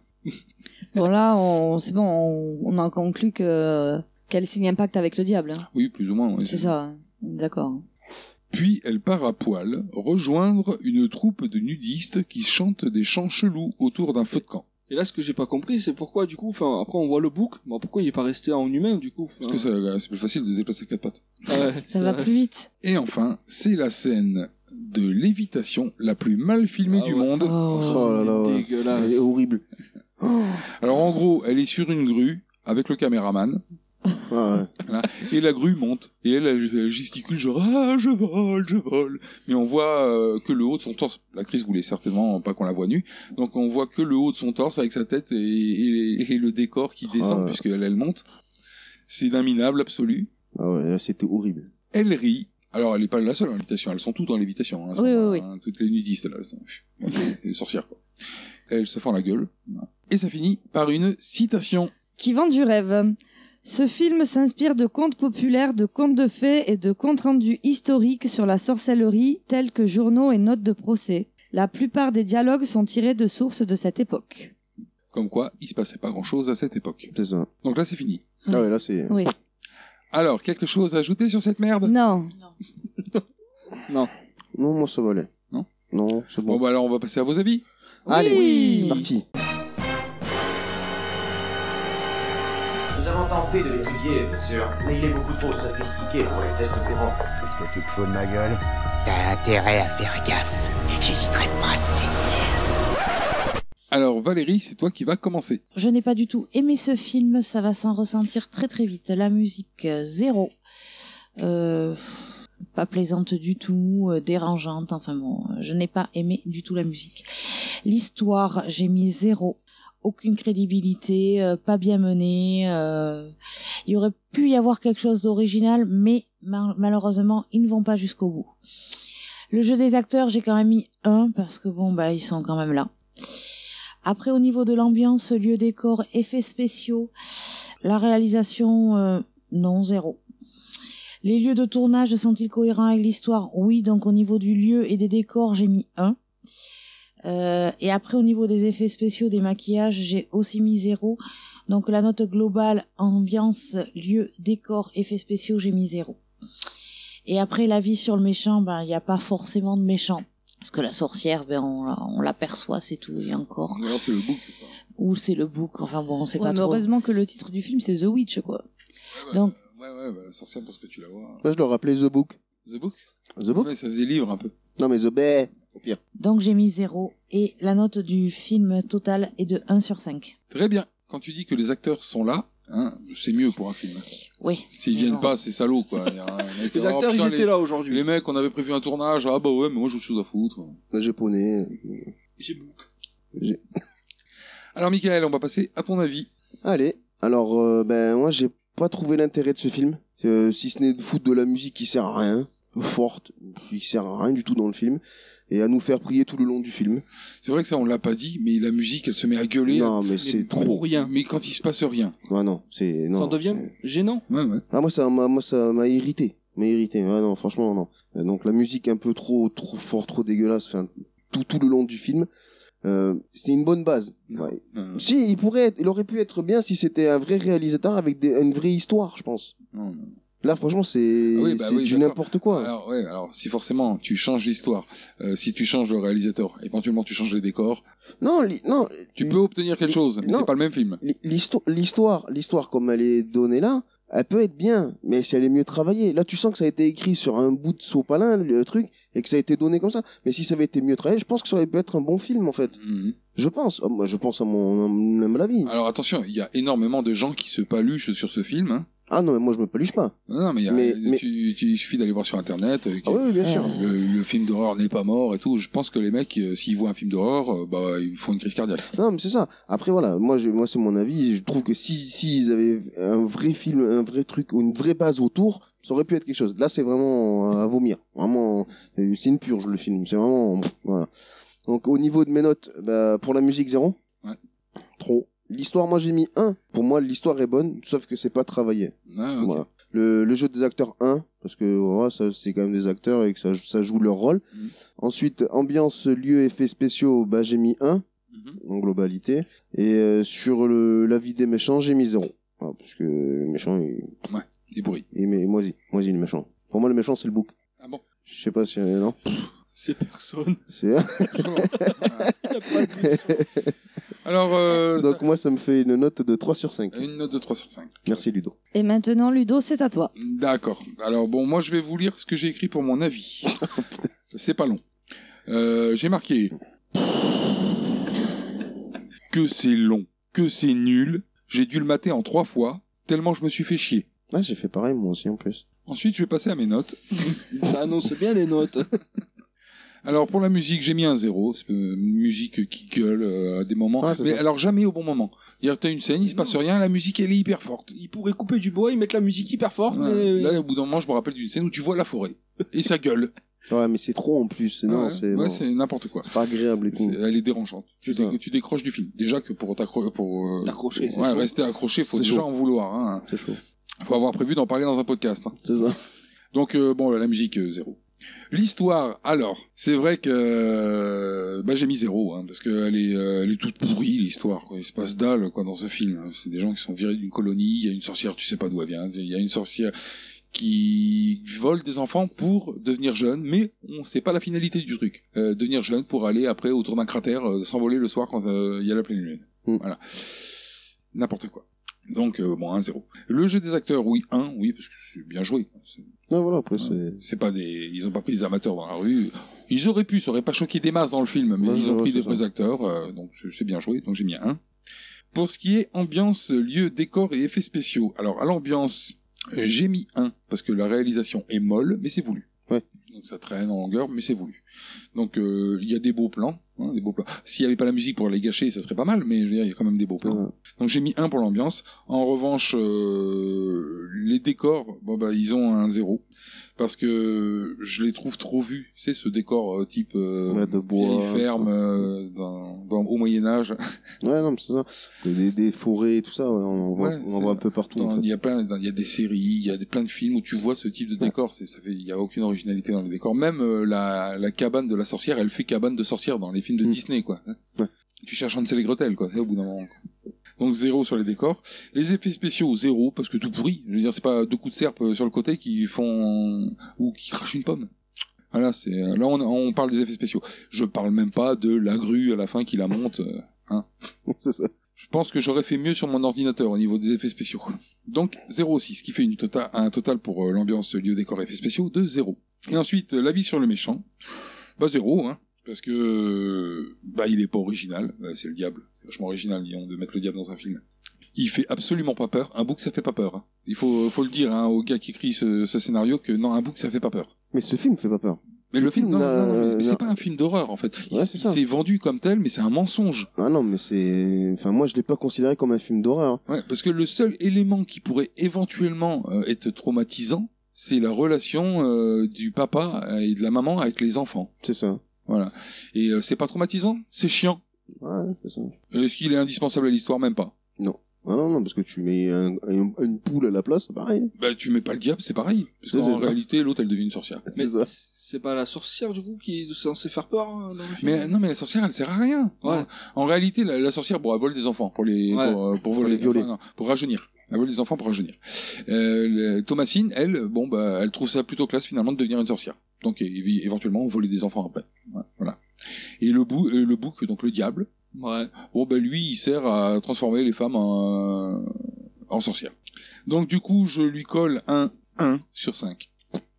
Bon, là, on, c'est bon, on, on en conclut que, qu'elle signe un pacte avec le diable. hein.
Oui, plus ou moins. ouais,
c'est ça. hein. D'accord.
Puis elle part à poil rejoindre une troupe de nudistes qui chantent des chants chelous autour d'un feu de camp.
Et là, ce que j'ai pas compris, c'est pourquoi, du coup, enfin, après, on voit le bouc. Bon, pourquoi il est pas resté en humain, du coup
Parce que ça, euh, c'est plus facile de se déplacer à quatre pattes.
Ça va plus vite.
Et enfin, c'est la scène de lévitation la plus mal filmée
Ah
du
ouais.
monde.
Oh.
Ça,
Oh là là,
c'était
ouais.
dégueulasse.
Elle est horrible. Oh.
Alors en gros, elle est sur une grue avec le caméraman.
Ah ouais.
Voilà. Et la grue monte. Et elle, elle, elle gesticule genre Ah, je vole, je vole. Mais on voit euh, que le haut de son torse. L'actrice voulait certainement pas qu'on la voie nue. Donc on voit que le haut de son torse avec sa tête et, et- et le décor qui descend
ouais.
puisqu'elle elle monte. C'est d'un minable absolu.
Ah ouais, là, c'était horrible.
Elle rit. Alors elle n'est pas la seule en lévitation. Elles sont toutes en lévitation. hein, à ce
Oui, oui,
moment-là,
oui.
hein. Toutes les nudistes là. elles sont- Bon, c'est- c'est des sorcières quoi. Elle se fend la gueule. Et ça finit par une citation.
Qui vend du rêve. Ce film s'inspire de contes populaires, de contes de fées et de comptes rendus historiques sur la sorcellerie, tels que journaux et notes de procès. La plupart des dialogues sont tirés de sources de cette époque.
Comme quoi, il se passait pas grand chose à cette époque.
C'est ça.
Donc là, c'est fini.
Ah ouais, là c'est.
Oui.
Alors, quelque chose à ajouter sur cette merde
Non.
Non.
Non, moi ça valait.
Non
Non, c'est
Bon,
bon.
bah alors, on va passer à vos avis.
Allez, c'est parti.
Nous avons tenté de l'étudier, bien sûr, mais il est beaucoup trop sophistiqué pour les tests courants.
Qu'est-ce que tu te fous de ma gueule
T'as intérêt à faire gaffe. J'hésiterai pas de
Alors, Valérie, c'est toi qui vas commencer.
Je n'ai pas du tout aimé ce film, ça va s'en ressentir très très vite. La musique, euh, zéro. Euh, pas plaisante du tout, euh, dérangeante, enfin bon, euh, je n'ai pas aimé du tout la musique. L'histoire, j'ai mis zéro. Aucune crédibilité, euh, pas bien menée. euh, il aurait pu y avoir quelque chose d'original, mais ma- malheureusement, ils ne vont pas jusqu'au bout. Le jeu des acteurs, j'ai quand même mis un, parce que bon, bah, ils sont quand même là. Après, au niveau de l'ambiance, lieu décor, effets spéciaux, la réalisation, euh, non, zéro. Les lieux de tournage sont-ils cohérents avec l'histoire Oui, donc au niveau du lieu et des décors, j'ai mis 1. et après, au niveau des effets spéciaux, des maquillages, j'ai aussi mis 0. Donc la note globale, ambiance, lieu, décor, effets spéciaux, j'ai mis 0. Et après, la vie sur le méchant, ben, il n'y a pas forcément de méchant. Parce que la sorcière, ben, on, la- on l'aperçoit, c'est tout, et encore.
Ou alors, c'est le bouc.
Ou c'est le bouc, enfin bon, on sait
Ouais,
pas
mais
trop.
heureusement que le titre du film c'est The Witch quoi.
Donc,
Ouais, ouais, bah, la sorcière, parce que tu la vois.
Moi je le rappelais The Book.
The Book
The Book
Ouais, Ça faisait livre un peu.
Non, mais The Bay, au pire.
Donc j'ai mis 0 et la note du film total est de 1 sur 5.
Très bien. Quand tu dis que les acteurs sont là, hein, c'est mieux pour un film.
Oui.
S'ils viennent pas, c'est salaud, quoi. Il y a un mec,
Les
oh,
acteurs,
putain,
ils étaient là aujourd'hui.
Les mecs, on avait prévu un tournage. Ah bah ouais, mais moi, j'ai autre chose à foutre.
Les japonais.
J'ai
Alors, Michael, on va passer à ton avis.
Allez, alors euh, ben moi j'ai pas trouvé l'intérêt de ce film, Euh, si ce n'est de foutre de la musique qui sert à rien, forte, qui sert à rien du tout dans le film, et à nous faire prier tout le long du film.
C'est vrai que ça, on l'a pas dit, mais la musique, elle se met à gueuler.
Non, mais c'est
trop rien. Mais quand il se passe rien.
Ah non, c'est non.
Ça en devient
gênant.
Ouais, ouais.
Ah moi ça m'a moi ça m'a irrité, m'a irrité. Ah non, franchement non. Euh, Donc la musique un peu trop trop fort, trop dégueulasse, enfin tout tout le long du film. Euh, c'était une bonne base. Ouais. Si, il pourrait, être- il aurait pu être bien si c'était un vrai réalisateur avec des- une vraie histoire, je pense.
Non, non.
Là, franchement, c'est
Ah oui, bah
c'est
oui,
du
d'accord.
n'importe quoi.
Alors, ouais, alors, si forcément tu changes l'histoire, euh, si tu changes le réalisateur, éventuellement tu changes les décors,
Non, li- non,
tu peux obtenir quelque chose, mais
Mm. non.
c'est pas le même film.
li- l'histo- l'histoire, l'histoire comme elle est donnée là, elle peut être bien, mais si elle est mieux travaillée, là, tu sens que ça a été écrit sur un bout de sopalin, le truc, et que ça a été donné comme ça. Mais si ça avait été mieux travaillé, je pense que ça aurait pu être un bon film, en fait. Je pense. Oh, moi, je pense à mon, à mon humble avis.
Alors attention, il y a énormément de gens qui se paluchent sur ce film. hein.
Ah non, mais moi, je me paluche pas.
Non, non, mais, il y a-
Mais-
Tu, tu- il suffit d'aller voir sur internet. euh,
Ah oui, bien sûr.
Le, le film d'horreur n'est pas mort et tout. Je pense que les mecs, euh, s'ils voient un film d'horreur, euh, bah, ils font une crise cardiaque.
Non, mais c'est ça. Après, voilà, moi, je, moi c'est mon avis. Je trouve que si, si ils avaient un vrai film, un vrai truc, ou une vraie base autour, ça aurait pu être quelque chose. Là, c'est vraiment à vomir. Vraiment, euh, c'est une purge, le film. C'est vraiment, pff, voilà. Donc, au niveau de mes notes, bah, pour la musique, zéro.
Ouais.
Trop. L'histoire, moi, j'ai mis 1. Pour moi, l'histoire est bonne, sauf que c'est pas travaillé.
Ah, ok.
Voilà. Le, le jeu des acteurs 1, parce que voilà, ça, c'est quand même des acteurs et que ça, ça joue leur rôle.
Mm.
Ensuite, ambiance, lieu, effets spéciaux, bah, j'ai mis 1
Mhm.
en globalité. Et euh, sur le, la vie des méchants, j'ai mis 0. Ah, parce que le méchant, il,
Ouais, il est pourri.
il est moisi. Moisi, le méchant. Pour moi, le méchant, c'est le bouc.
Ah bon
Je sais pas si. euh, non
C'est personne.
C'est. hein.
Alors. euh,
Donc, moi, ça me fait une note de 3 sur 5.
Une note de 3 sur 5.
Merci, Ludo.
Et maintenant, Ludo, c'est à toi.
D'accord. Alors bon, moi je vais vous lire ce que j'ai écrit pour mon avis. C'est pas long. Euh, j'ai marqué que c'est long, que c'est nul. J'ai dû le mater en trois fois, tellement je me suis fait chier.
Ah, j'ai fait pareil, moi aussi, en plus.
Ensuite, je vais passer à mes notes.
Ça annonce bien les notes.
Alors pour la musique, j'ai mis un zéro. C'est, euh, musique qui gueule euh, à des moments,
Ah, c'est
mais
ça.
alors jamais au bon moment. Il y a une scène, il se passe rien, la musique elle est hyper forte.
Ils pourraient couper du bois, ils mettent la musique hyper forte, Oh, mais.
Là, au bout d'un moment, je me rappelle d'une scène où tu vois la forêt et ça gueule.
Ouais, mais c'est trop en plus. Non,
Ouais, ouais,
c'est. non.
c'est n'importe quoi.
C'est pas agréable et tout.
C'est- Elle est dérangeante. Tu,
C'est ça.
dé- tu décroches du film. Déjà que pour t'accrocher, pour euh,
T'accrocher, c'est
ouais,
chaud.
rester accroché, faut
C'est
déjà
chaud.
en vouloir. Hein.
C'est chaud.
Faut avoir prévu d'en parler dans un podcast. hein.
C'est ça.
Donc euh, bon, la musique euh, zéro. L'histoire, alors, c'est vrai que euh, bah, j'ai mis zéro hein, parce qu'elle est, euh, elle est toute pourrie l'histoire. quoi. Il se passe dalle quoi dans ce film. hein. C'est des gens qui sont virés d'une colonie. Il y a une sorcière, tu sais pas d'où elle vient. Il y a une sorcière qui vole des enfants pour devenir jeune, mais on sait pas la finalité du truc. Euh, devenir jeune pour aller après autour d'un cratère euh, s'envoler le soir quand euh, il y a la pleine lune. Voilà, n'importe quoi. Donc euh, bon, un zéro. Le jeu des acteurs, oui, un, oui, parce que c'est bien joué.
Non, voilà, après, c'est.
C'est pas des, ils ont pas pris des amateurs dans la rue. Ils auraient pu, ça aurait pas choqué des masses dans le film, mais
Ouais,
ils ont
ouais,
pris
c'est
des
ça.
vrais acteurs, euh, donc c'est c'est bien joué, donc j'ai mis un. Pour ce qui est ambiance, lieu, décor et effets spéciaux. Alors à l'ambiance, euh, j'ai mis un parce que la réalisation est molle, mais c'est voulu.
Ouais.
Donc ça traîne en longueur, mais c'est voulu. Donc euh, il y a des beaux plans, hein, des beaux plans. S'il y avait pas la musique pour les gâcher, ça serait pas mal, mais je veux dire, il y a quand même des beaux plans. Donc j'ai mis un pour l'ambiance. En revanche, euh, les décors, bon bah ils ont un zéro parce que je les trouve trop vus. C'est ce décor euh, type euh,
Ouais, de bois,
vieille ferme euh, dans- dans- au Moyen Âge.
Ouais, non, mais c'est ça. Des, des forêts et tout ça, ouais, on en voit,
Ouais,
on en
c'est-
voit un peu partout.
Dans-
en
Il
fait.
y a plein, dans- il y a des séries, il y a des, plein de films où tu vois ce type de décor. C'est, ça fait, il y a aucune originalité dans le décor. Même euh, la, la cabane de la sorcière, elle fait cabane de sorcière dans les films
Mm.
de Disney, quoi. hein. Tu cherches Hansel et Gretel, quoi. Au bout d'un moment. quoi. Donc zéro sur les décors. Les effets spéciaux zéro parce que tout pourri. Je veux dire, c'est pas deux coups de serpe euh, sur le côté qui font ou qui crachent une pomme. Voilà, c'est euh, là on, on parle des effets spéciaux. Je parle même pas de la grue à la fin qui la monte. euh, hein.
C'est ça.
Je pense que j'aurais fait mieux sur mon ordinateur au niveau des effets spéciaux. Donc 0,6, ce qui fait une tota- un total pour euh, l'ambiance lieu décor effets spéciaux de 0. Et ensuite, euh, l'avis sur le méchant. Bah zéro, hein, parce que euh, bah il est pas original, euh, c'est le diable. C'est vachement original, disons, de mettre le diable dans un film. Il fait absolument pas peur. Un book, ça fait pas peur. hein. Il faut, faut le dire hein, au gars qui écrit ce, ce scénario que non, un book, ça fait pas peur.
Mais ce film fait pas peur.
Mais le film, non,
n'a-
non, non, mais
n'a-
c'est pas un film d'horreur en fait. Il
euh, Ouais,
s-
c'est
il
ça.
s'est vendu comme tel, mais c'est un mensonge.
Ah non, mais c'est. Enfin, moi, je l'ai pas considéré comme un film d'horreur. hein.
Ouais, parce que le seul élément qui pourrait éventuellement euh, être traumatisant, c'est la relation euh, du papa euh, et de la maman avec les enfants.
C'est ça.
Voilà. Et euh, c'est pas traumatisant, c'est chiant. Euh,
Ouais, c'est ça.
Est-ce qu'il est indispensable à l'histoire Même pas.
Non. Ah non, non, parce que tu mets un- un- une poule à la place, c'est pareil.
Bah, tu mets pas le diable, c'est pareil. Parce
C'est
qu'en
ça.
réalité, l'autre, elle devient une sorcière.
C'est ça.
C'est pas la sorcière du coup qui est censée faire peur hein, dans le film
Mais euh, non, mais la sorcière, elle sert à rien.
Ouais.
En, en réalité, la, la sorcière, bon, elle vole des enfants pour les
Ouais.
pour, euh, pour voler,
les violer.
Enfin, non, pour rajeunir. Elle vole des enfants pour rajeunir. Euh, le- Thomasine, elle, bon, bah, elle trouve ça plutôt classe finalement de devenir une sorcière. Donc é- é- éventuellement voler des enfants après. Ouais, voilà. Et le bou, euh, le bouc, donc le diable.
Ouais.
Bon, bah, lui, il sert à transformer les femmes en, en sorcières. Donc du coup, je lui colle un 1 sur 5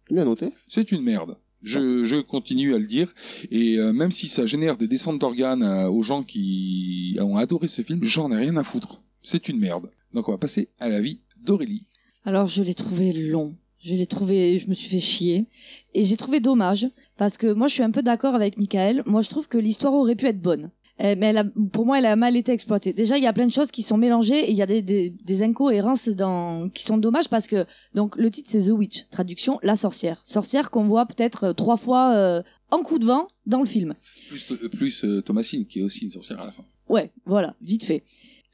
Bien noté.
c'est une merde. Je, je continue à le dire. Et euh, même si ça génère des descentes d'organes euh, aux gens qui ont adoré ce film, j'en ai rien à foutre. C'est une merde. Donc on va passer à la vie d'Aurélie.
Alors je l'ai trouvé long. Je l'ai trouvé, je me suis fait chier. Et j'ai trouvé dommage, parce que moi je suis un peu d'accord avec Michael. Moi je trouve que l'histoire aurait pu être bonne. Euh, mais elle a- pour moi, elle a mal été exploitée. Déjà, il y a plein de choses qui sont mélangées et il y a des, des, des incohérences dans, qui sont dommages parce que donc le titre c'est The Witch, traduction la sorcière. Sorcière qu'on voit peut-être euh, trois fois euh, en coup de vent dans le film.
Plus, euh, plus euh, Thomasine, qui est aussi une sorcière à la fin.
Ouais, voilà, vite fait.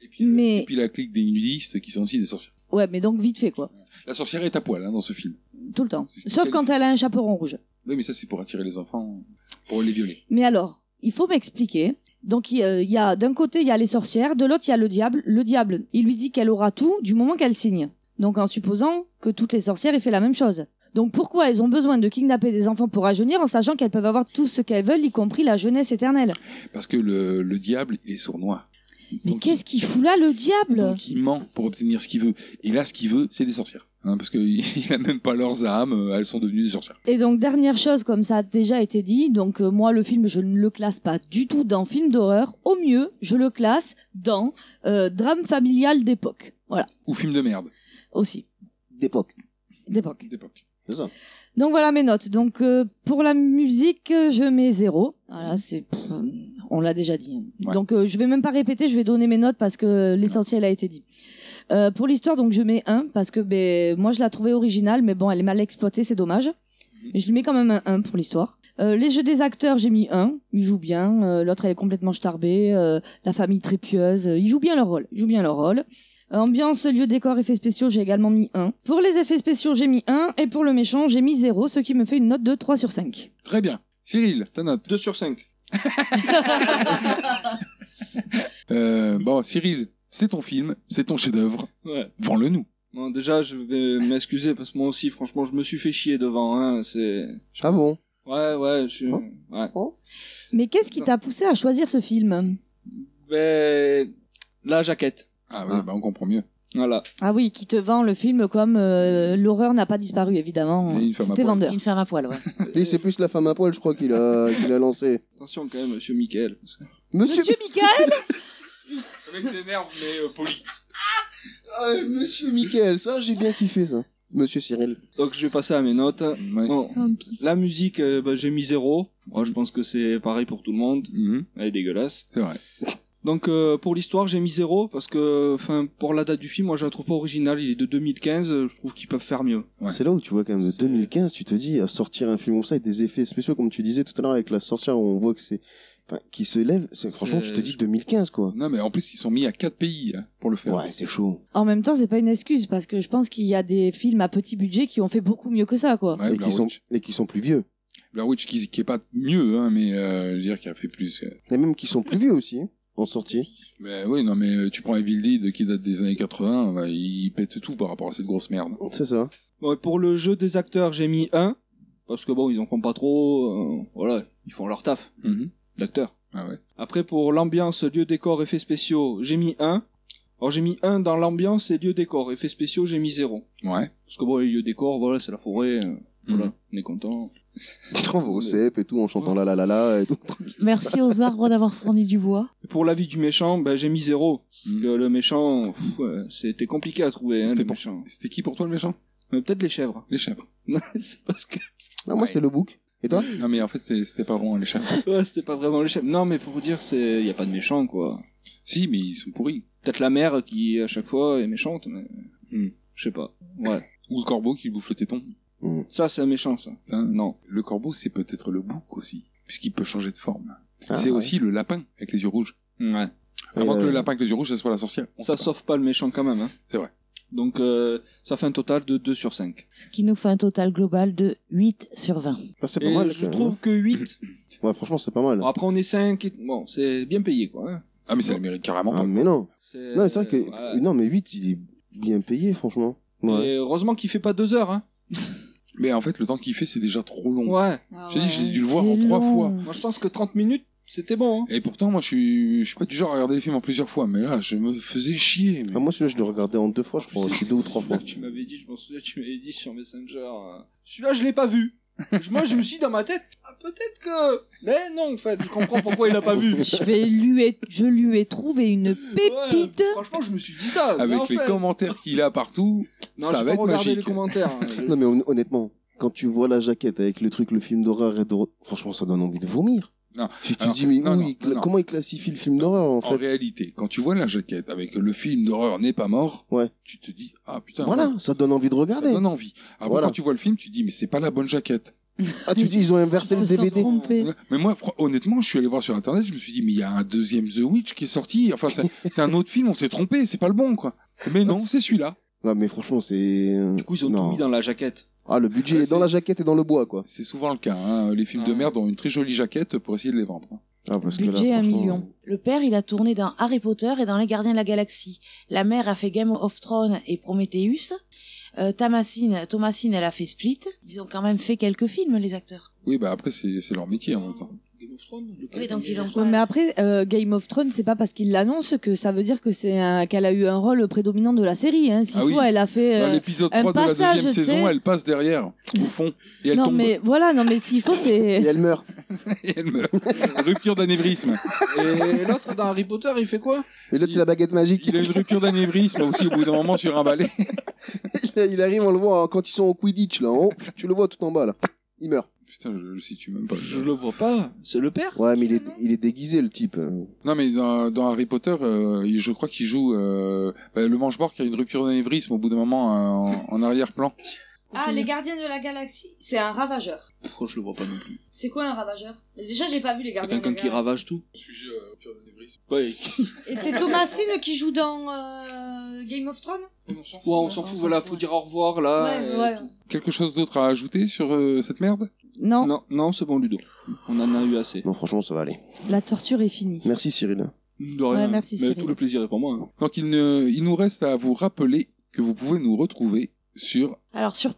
Et
mais
puis la clique des nudistes, qui sont aussi des sorcières.
ouais, mais donc vite fait quoi,
La sorcière est à poil hein, dans ce film.
tout le temps.
C'est
Sauf
quel-
quand elle a un chaperon rouge.
Oui, mais ça c'est pour attirer les enfants, pour les violer.
Mais alors, il faut m'expliquer. Donc, il y a- il y a d'un côté il y a les sorcières, de l'autre il y a le diable. Le diable, il lui dit qu'elle aura tout du moment qu'elle signe. Donc, en supposant que toutes les sorcières aient fait la même chose. Donc, pourquoi elles ont besoin de kidnapper des enfants pour rajeunir en sachant qu'elles peuvent avoir tout ce qu'elles veulent, y compris la jeunesse éternelle
Parce que le, le diable, il est sournois.
Mais qu'est-ce qu'il fout là, le diable
Donc il ment pour obtenir ce qu'il veut. Et là, ce qu'il veut, c'est des sorcières. hein, parce qu'il a même pas leurs âmes, euh, elles sont devenues des sorcières.
Et donc, dernière chose, comme ça a déjà été dit, donc euh, moi, le film, je ne le classe pas du tout dans film d'horreur. Au mieux, je le classe dans euh, drame familial d'époque. Voilà,
ou film de merde.
aussi,
D'époque.
d'époque.
D'époque.
C'est ça.
Donc voilà mes notes. Donc euh, pour la musique, euh, je mets zéro. Voilà, c'est pff, euh, on l'a déjà dit.
Ouais.
Donc euh, je vais même pas répéter, je vais donner mes notes parce que l'essentiel a été dit. Euh, pour l'histoire, donc je mets un parce que ben, moi je la trouvais originale, mais bon, elle est mal exploitée, c'est dommage. Mais je lui mets quand même un 1 pour l'histoire. Euh, les jeux des acteurs, j'ai mis un. Ils jouent bien. Euh, L'autre, elle est complètement starbée. Euh, la famille très pieuse. Euh, Ils jouent bien leur rôle. Ils jouent bien leur rôle. Euh, Ambiance, lieu, décor, effets spéciaux, j'ai également mis 1. Pour les effets spéciaux, j'ai mis 1. Et pour le méchant, j'ai mis 0, ce qui me fait une note de 3 sur 5.
Très bien. Cyril, ta note
2 sur 5.
Euh, bon, Cyril, c'est ton film, c'est ton chef-d'œuvre.
Ouais.
Vends-le nous.
Bon, déjà, je vais m'excuser parce que moi aussi, franchement, je me suis fait chier devant. Hein, c'est...
Ah bon
Ouais, ouais, je suis. Ouais.
Mais qu'est-ce qui t'a poussé à choisir ce film
Ben, la jaquette.
Ah oui, bah on comprend mieux.
Voilà.
Ah oui, qui te vend le film comme euh, l'horreur n'a pas disparu, évidemment.
Et une femme à
C'était
poil.
vendeur.
Une
femme à poil, ouais.
Et c'est plus la femme à poil, je crois, qu'il a, qu'il a lancé.
Attention quand même, monsieur Michael.
Monsieur,
Michael
Le mec s'énerve, mais euh, poli.
Ah, Monsieur Michael, ça, j'ai bien kiffé, ça. Monsieur Cyril.
Donc je vais passer à mes notes. Bon,
Ok.
la musique, euh, bah, j'ai mis zéro. Moi, je pense que c'est pareil pour tout le monde.
Mhm.
Elle est dégueulasse.
C'est vrai.
Donc euh, pour l'histoire, j'ai mis zéro parce que, enfin, pour la date du film, moi, je la trouve pas originale. Il est de 2015. euh, Je trouve qu'ils peuvent faire mieux.
C'est là où tu vois quand même de 2015, tu te dis, à sortir un film comme ça avec des effets spéciaux, comme tu disais tout à l'heure avec la sorcière où on voit que c'est, enfin, qui se lève, c'est- franchement, tu te dis 2015, quoi.
Non, mais en plus, ils sont mis à quatre pays hein, pour le faire.
Ouais, c'est chaud.
En même temps, c'est pas une excuse parce que je pense qu'il y a des films à petit budget qui ont fait beaucoup mieux que ça, quoi.
Ouais,
et,
Blair
qui sont,
Witch.
et qui sont plus vieux.
Blair Witch, qui, qui est pas mieux, hein, mais euh, je veux dire, qui a fait plus. euh.
Et même qui sont plus vieux aussi, hein, en sortie.
Mais oui, non, mais euh, tu prends Evil Dead qui date des années 80, bah, il pète tout par rapport à cette grosse merde.
C'est ça.
Bon, et pour le jeu des acteurs, j'ai mis un parce que bon, ils en font pas trop. euh, voilà, ils font leur taf
Mhm.
d'acteur.
Ah ouais.
Après, pour l'ambiance, lieu décor, effets spéciaux, j'ai mis 1. Alors, j'ai mis 1 dans l'ambiance et lieu décor. Effets spéciaux, j'ai mis 0.
Ouais. Mm, Mhm.
Parce que bon, les lieux décor, voilà, c'est la forêt. euh, Voilà, on est content.
Trouve au cep et tout, en chantant la la la la et tout.
Merci aux arbres d'avoir fourni du bois.
Pour l'avis du méchant, bah, j'ai mis zéro.
mm.
Le, le méchant, pff, ouais, c'était compliqué à trouver. Hein,
C'était
le
pour-
méchant.
C'était qui pour toi le méchant
Euh, Peut-être les chèvres.
Les chèvres.
c'est parce que.
Non, Ah, moi, c'était le bouc. Et toi
Non, mais en fait, c'est- c'était pas vraiment les chèvres.
Ouais, c'était pas vraiment les chèvres. Non, mais pour vous dire, c'est y a pas de méchant quoi.
Si, mais ils sont pourris.
Peut-être la mère qui à chaque fois est méchante, mais
Hmm.
je sais pas. Ouais.
Ou le corbeau qui bouffe le téton.
Ça, c'est méchant ça.
Hein
Non.
Le corbeau, c'est peut-être le bouc aussi, puisqu'il peut changer de forme.
Ah,
c'est
ouais.
aussi le lapin avec les yeux rouges.
Ouais.
Avant
Et,
que le
euh,
lapin avec les yeux rouges, ça soit la sorcière.
Ça sauve pas le méchant quand même. Hein.
C'est vrai.
Donc euh, ça fait un total de 2 sur 5.
Ce qui nous fait un total global de 8 sur 20.
Ah, c'est pas
Et
mal.
je
quand même,
trouve Ah, que 8.
hein. Ouais, franchement, c'est pas mal.
Bon, après on est 5. Et... Bon, c'est bien payé quoi. hein.
Ah, mais ça le mérite carrément
Ah,
pas.
mais non.
C'est-
Non, mais c'est vrai que.
euh, voilà.
Non, mais 8, il est bien payé, franchement. Ouais.
Et heureusement qu'il fait pas 2 heures. Hein.
Mais en fait, le temps qu'il fait, c'est déjà trop long.
Ouais.
J'ai dit, j'ai dû le voir
C'est
en trois
long.
Mm.
fois.
Moi je pense que 30 minutes, c'était bon. Hein.
Et pourtant, moi, je suis, je suis pas du genre à regarder les films en plusieurs fois, mais là, je me faisais chier. mais-
Ah, moi, celui-là, je l'ai regardé en deux fois, je crois.
C'est-
C'est deux ou trois
Celui-là
fois.
que tu m'avais dit, je m'en souviens, tu m'avais dit sur Messenger. euh, Celui-là, je l'ai pas vu. Je- Moi, je me suis dit dans ma tête, ah, peut-être que. Mais non, en fait, je comprends pourquoi il l'a pas vu.
Je, vais lui ai- je lui ai trouvé une
Ouais,
pépite.
franchement, je me suis dit ça. Ah. mais en
Avec les
fait-
commentaires qu'il a partout,
Non,
ça
j'ai
va
pas
être
regardé les
magique.
commentaires. hein.
Non, mais hon- honnêtement, quand tu vois la jaquette avec le truc, le film d'horreur et de. Franchement, ça donne envie de vomir.
Non.
Tu te
Alors,
dis, mais
non,
où
non,
il cla-
non.
comment il classifie le film d'horreur, en
En
fait
réalité, quand tu vois la jaquette avec le film d'horreur n'est pas mort,
Ouais.
tu te dis, ah putain,
Voilà,
ouais,
ça donne envie de
ça
regarder.
donne envie. Après,
Voilà.
quand tu vois le film, tu dis, mais c'est pas la bonne jaquette.
Ah, tu dis, ils ont inversé
Ils
le
se sont
DVD.
trompés.
Mais moi, fr- honnêtement, je suis allé voir sur internet, je me suis dit, mais il y a un deuxième The Witch qui est sorti. Enfin, c'est c'est un autre film, on s'est trompé, c'est pas le bon, quoi. Mais
Ah,
non, c'est celui-là.
Ouais, mais franchement, c'est. euh,
Du coup, ils ont tout mis dans la jaquette.
Ah, le budget
Ouais,
est dans
c'est-
la jaquette et dans le bois, quoi.
C'est souvent le cas. hein. Les films de
Ah.
merde ont une très jolie jaquette pour essayer de les vendre. hein.
Ah, parce
Budget un
franchement,
million.
Le père, il a tourné dans Harry Potter et dans Les Gardiens de la Galaxie. La mère a fait Game of Thrones et Prometheus. Euh, Thomasine, Thomasine, elle a fait Split. Ils ont quand même fait quelques films, les acteurs.
Oui, bah après, c'est c'est leur métier en même temps.
Game of Thrones lequel
Oui, donc
Game
il
of
en
Ouais, mais après, euh, Game of Thrones, c'est pas parce qu'il l'annonce que ça veut dire que c'est un- qu'elle a eu un rôle prédominant de la série. Hein. S'il
Ah oui.
faut, elle a fait.
Dans
euh,
L'épisode
un
3 de la
passage,
deuxième
tu
saison,
sais.
elle passe derrière, au fond, et elle
non
tombe,
mais voilà, non mais s'il faut,
euh,
c'est.
Et elle meurt.
et elle meurt. Rupture d'anévrisme.
Thrones. Et l'autre dans Harry Potter, il fait quoi
Et l'autre, c'est la baguette magique.
Il a une rupture d'anévrisme aussi au bout d'un moment sur un balai.
Il arrive, on le voit hein, quand ils sont au Quidditch, là. en haut. tu le vois tout en bas, là. Il meurt.
Putain, je le situe même pas.
Je le vois pas. C'est le père
Ouais, mais il est, il est déguisé, le type. hein.
Non, mais dans, dans Harry Potter, euh, il- je crois qu'il joue euh, bah, le manche-bord qui a une rupture d'anévrisme au bout d'un moment euh, en, en arrière-plan.
Ah, les Gardiens de la Galaxie, c'est un ravageur.
Pourquoi je le vois pas non plus
C'est quoi un ravageur Déjà, j'ai pas vu les
C'est quelqu'un qui ravage tout.
Sujet
euh,
rupture d'anévrisme.
Ouais.
Et c'est Thomasine qui joue dans euh, Game of Thrones
Ouais, on s'en fout, voilà, faut dire au revoir là. et tout.
Quelque chose d'autre à ajouter sur euh, cette merde
Non,
Non, non, c'est bon, Ludo. On en a eu assez.
Non, franchement, ça va aller.
la torture est finie.
Merci, Cyril.
De rien.
Ouais, merci,
Mais
Cyril.
tout le plaisir est pour moi. hein.
Donc il, ne, il nous reste à vous rappeler que vous pouvez nous retrouver sur
Alors, sur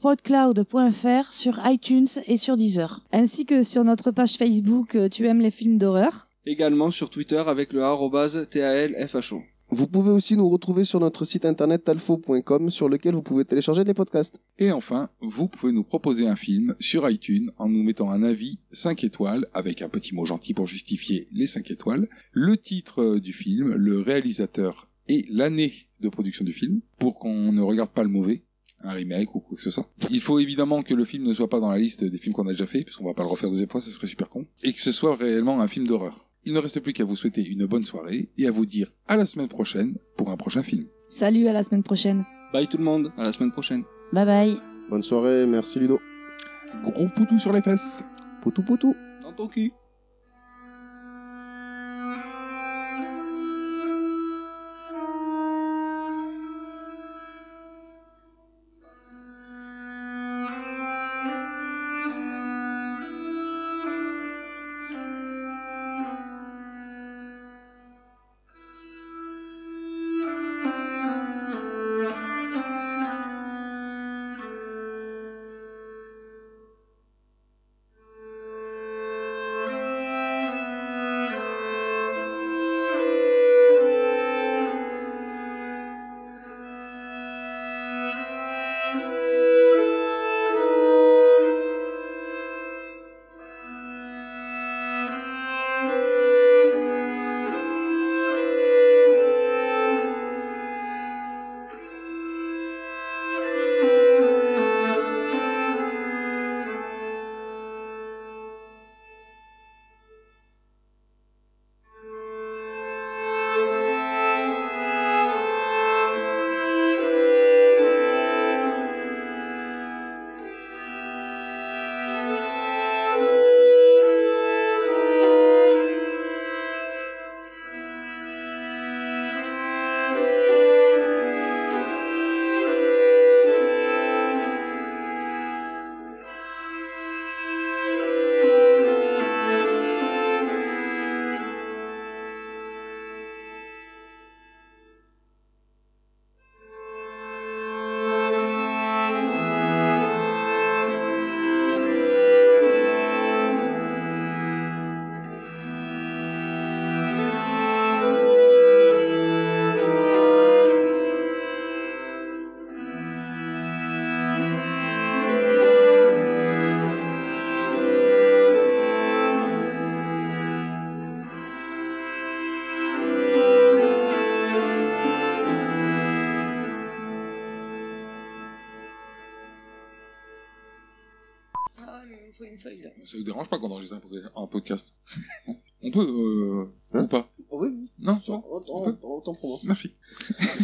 podcloud.fr, sur iTunes et sur Deezer.
Ainsi que sur notre page Facebook, euh, tu aimes les films d'horreur
Également sur Twitter avec le arrobase TALFHO.
Vous pouvez aussi nous retrouver sur notre site internet talfo.com sur lequel vous pouvez télécharger les podcasts.
et enfin, vous pouvez nous proposer un film sur iTunes en nous mettant un avis 5 étoiles avec un petit mot gentil pour justifier les 5 étoiles, le titre euh, du film, le réalisateur et l'année de production du film pour qu'on ne regarde pas le mauvais, un remake ou quoi que ce soit. Il faut évidemment que le film ne soit pas dans la liste des films qu'on a déjà fait parce qu'on va pas le refaire deuxième fois, ça serait super con et que ce soit réellement un film d'horreur. Il ne reste plus qu'à vous souhaiter une bonne soirée et à vous dire à la semaine prochaine pour un prochain film.
Salut, à la semaine prochaine.
Bye tout le monde, à la semaine prochaine.
Bye bye.
Bonne soirée, merci Ludo.
Gros poutou sur les fesses.
Poutou poutou.
Dans ton cul.
Thank
me faut une feuille là.
Ça vous dérange pas qu'on enregistre un podca- un podcast On peut, euh,
Hein
ou pas
Ah Oui,
Non,
ça Autant pour moi.
Merci.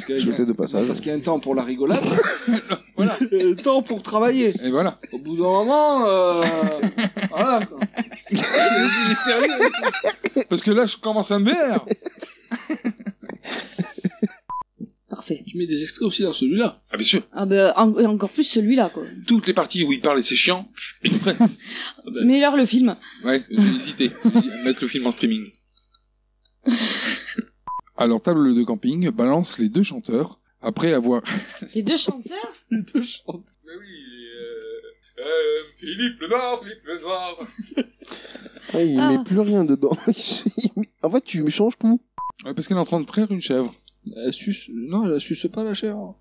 Je l'étais de passage.
Parce qu'il y a un temps pour la rigolade, voilà. et un temps pour travailler.
Et voilà.
Au bout d'un moment, euh... voilà quoi. sérieux
Parce que là, je commence à me faire.
Parfait.
Tu mets des extraits aussi dans celui-là.
Ah, bien sûr.
Ah
ben,
bah, en- et encore plus celui-là, quoi.
Toutes les parties où il parle et c'est chiant, pff, extrait.
Mais alors le film.
Ouais, j'ai hésité à mettre le film en streaming. Alors, table de camping balance les deux chanteurs après avoir.
Les deux chanteurs
Les deux chanteurs. euh,
Philippe le Noir, Philippe le Noir.
Ah, il
Ah.
met plus rien dedans. Il met- en fait, tu changes tout.
Ouais, parce qu'elle est en train de traire une chèvre.
Elle suce. Non, elle suce pas la chèvre.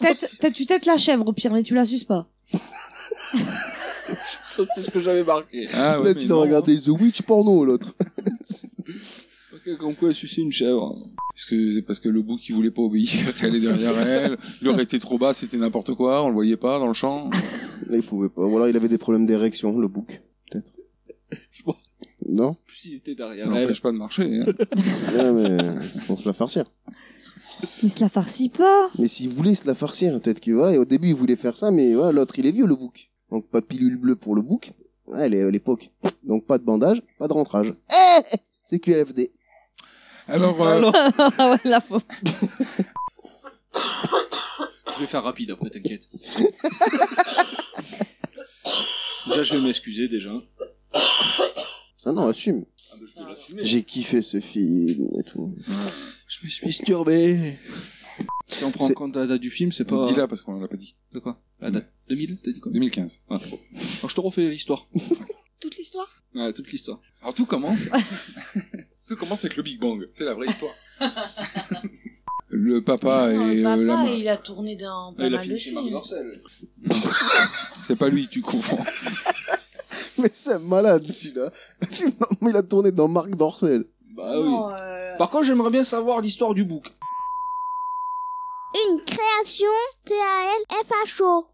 Tête- tête- Tu têtes la chèvre au pire, mais tu la suces pas.
C'est ce que j'avais marqué.
Ah,
Là, tu dois regarder The Witch porno, l'autre.
Ok, Comme quoi, elle suçait une chèvre.
Parce que c'est parce que le bout qui voulait pas obéir, elle est derrière elle. L'heure était trop bas, c'était n'importe quoi, on le voyait pas dans le champ.
Ah,
Là, il pouvait pas. Voilà, il avait des problèmes d'érection, le bouc. Peut-être. Non
En plus, il était
Ça
derrière elle.
n'empêche pas de marcher. Hein.
Ouais, mais on se la farcir.
Mais se la farcit pas.
Mais s'il voulait se la farcir, peut-être que voilà, et au début il voulait faire ça, mais voilà, l'autre il est vieux le bouc. Donc pas de pilule bleue pour le bouc. Ouais, elle est à l'époque. Donc pas de bandage, pas de rentrage. Eh C'est QLFD.
Alors,
Ah,
euh,
Ah la faute.
Je vais faire rapide après, t'inquiète. déjà, je vais m'excuser déjà. bah,
Ah non, assume.
je te l'assume.
J'ai kiffé ce film et tout.
Je me suis disturbé. Si on prend en
C'est-
compte la date du film, c'est
On
pas.
dit là parce qu'on l'a pas dit.
De quoi La date 2000 T'as dit quoi
2015.
Ah. Alors, je te refais l'histoire.
Toute l'histoire
Ouais, toute l'histoire.
Alors tout commence. tout commence avec le Big Bang. C'est la vraie histoire. le papa
Non,
et
le
euh, la
papa,
maman.
il a tourné dans pas
Il a
mal
fini
de
chez
films.
Marc C'est pas lui, tu confonds.
Mais c'est malade celui-là. Le film, mais il a tourné dans Marc Dorcel.
Bah oui. Par contre, j'aimerais bien savoir l'histoire du bouc.
Une création T-A-L-F-H-O.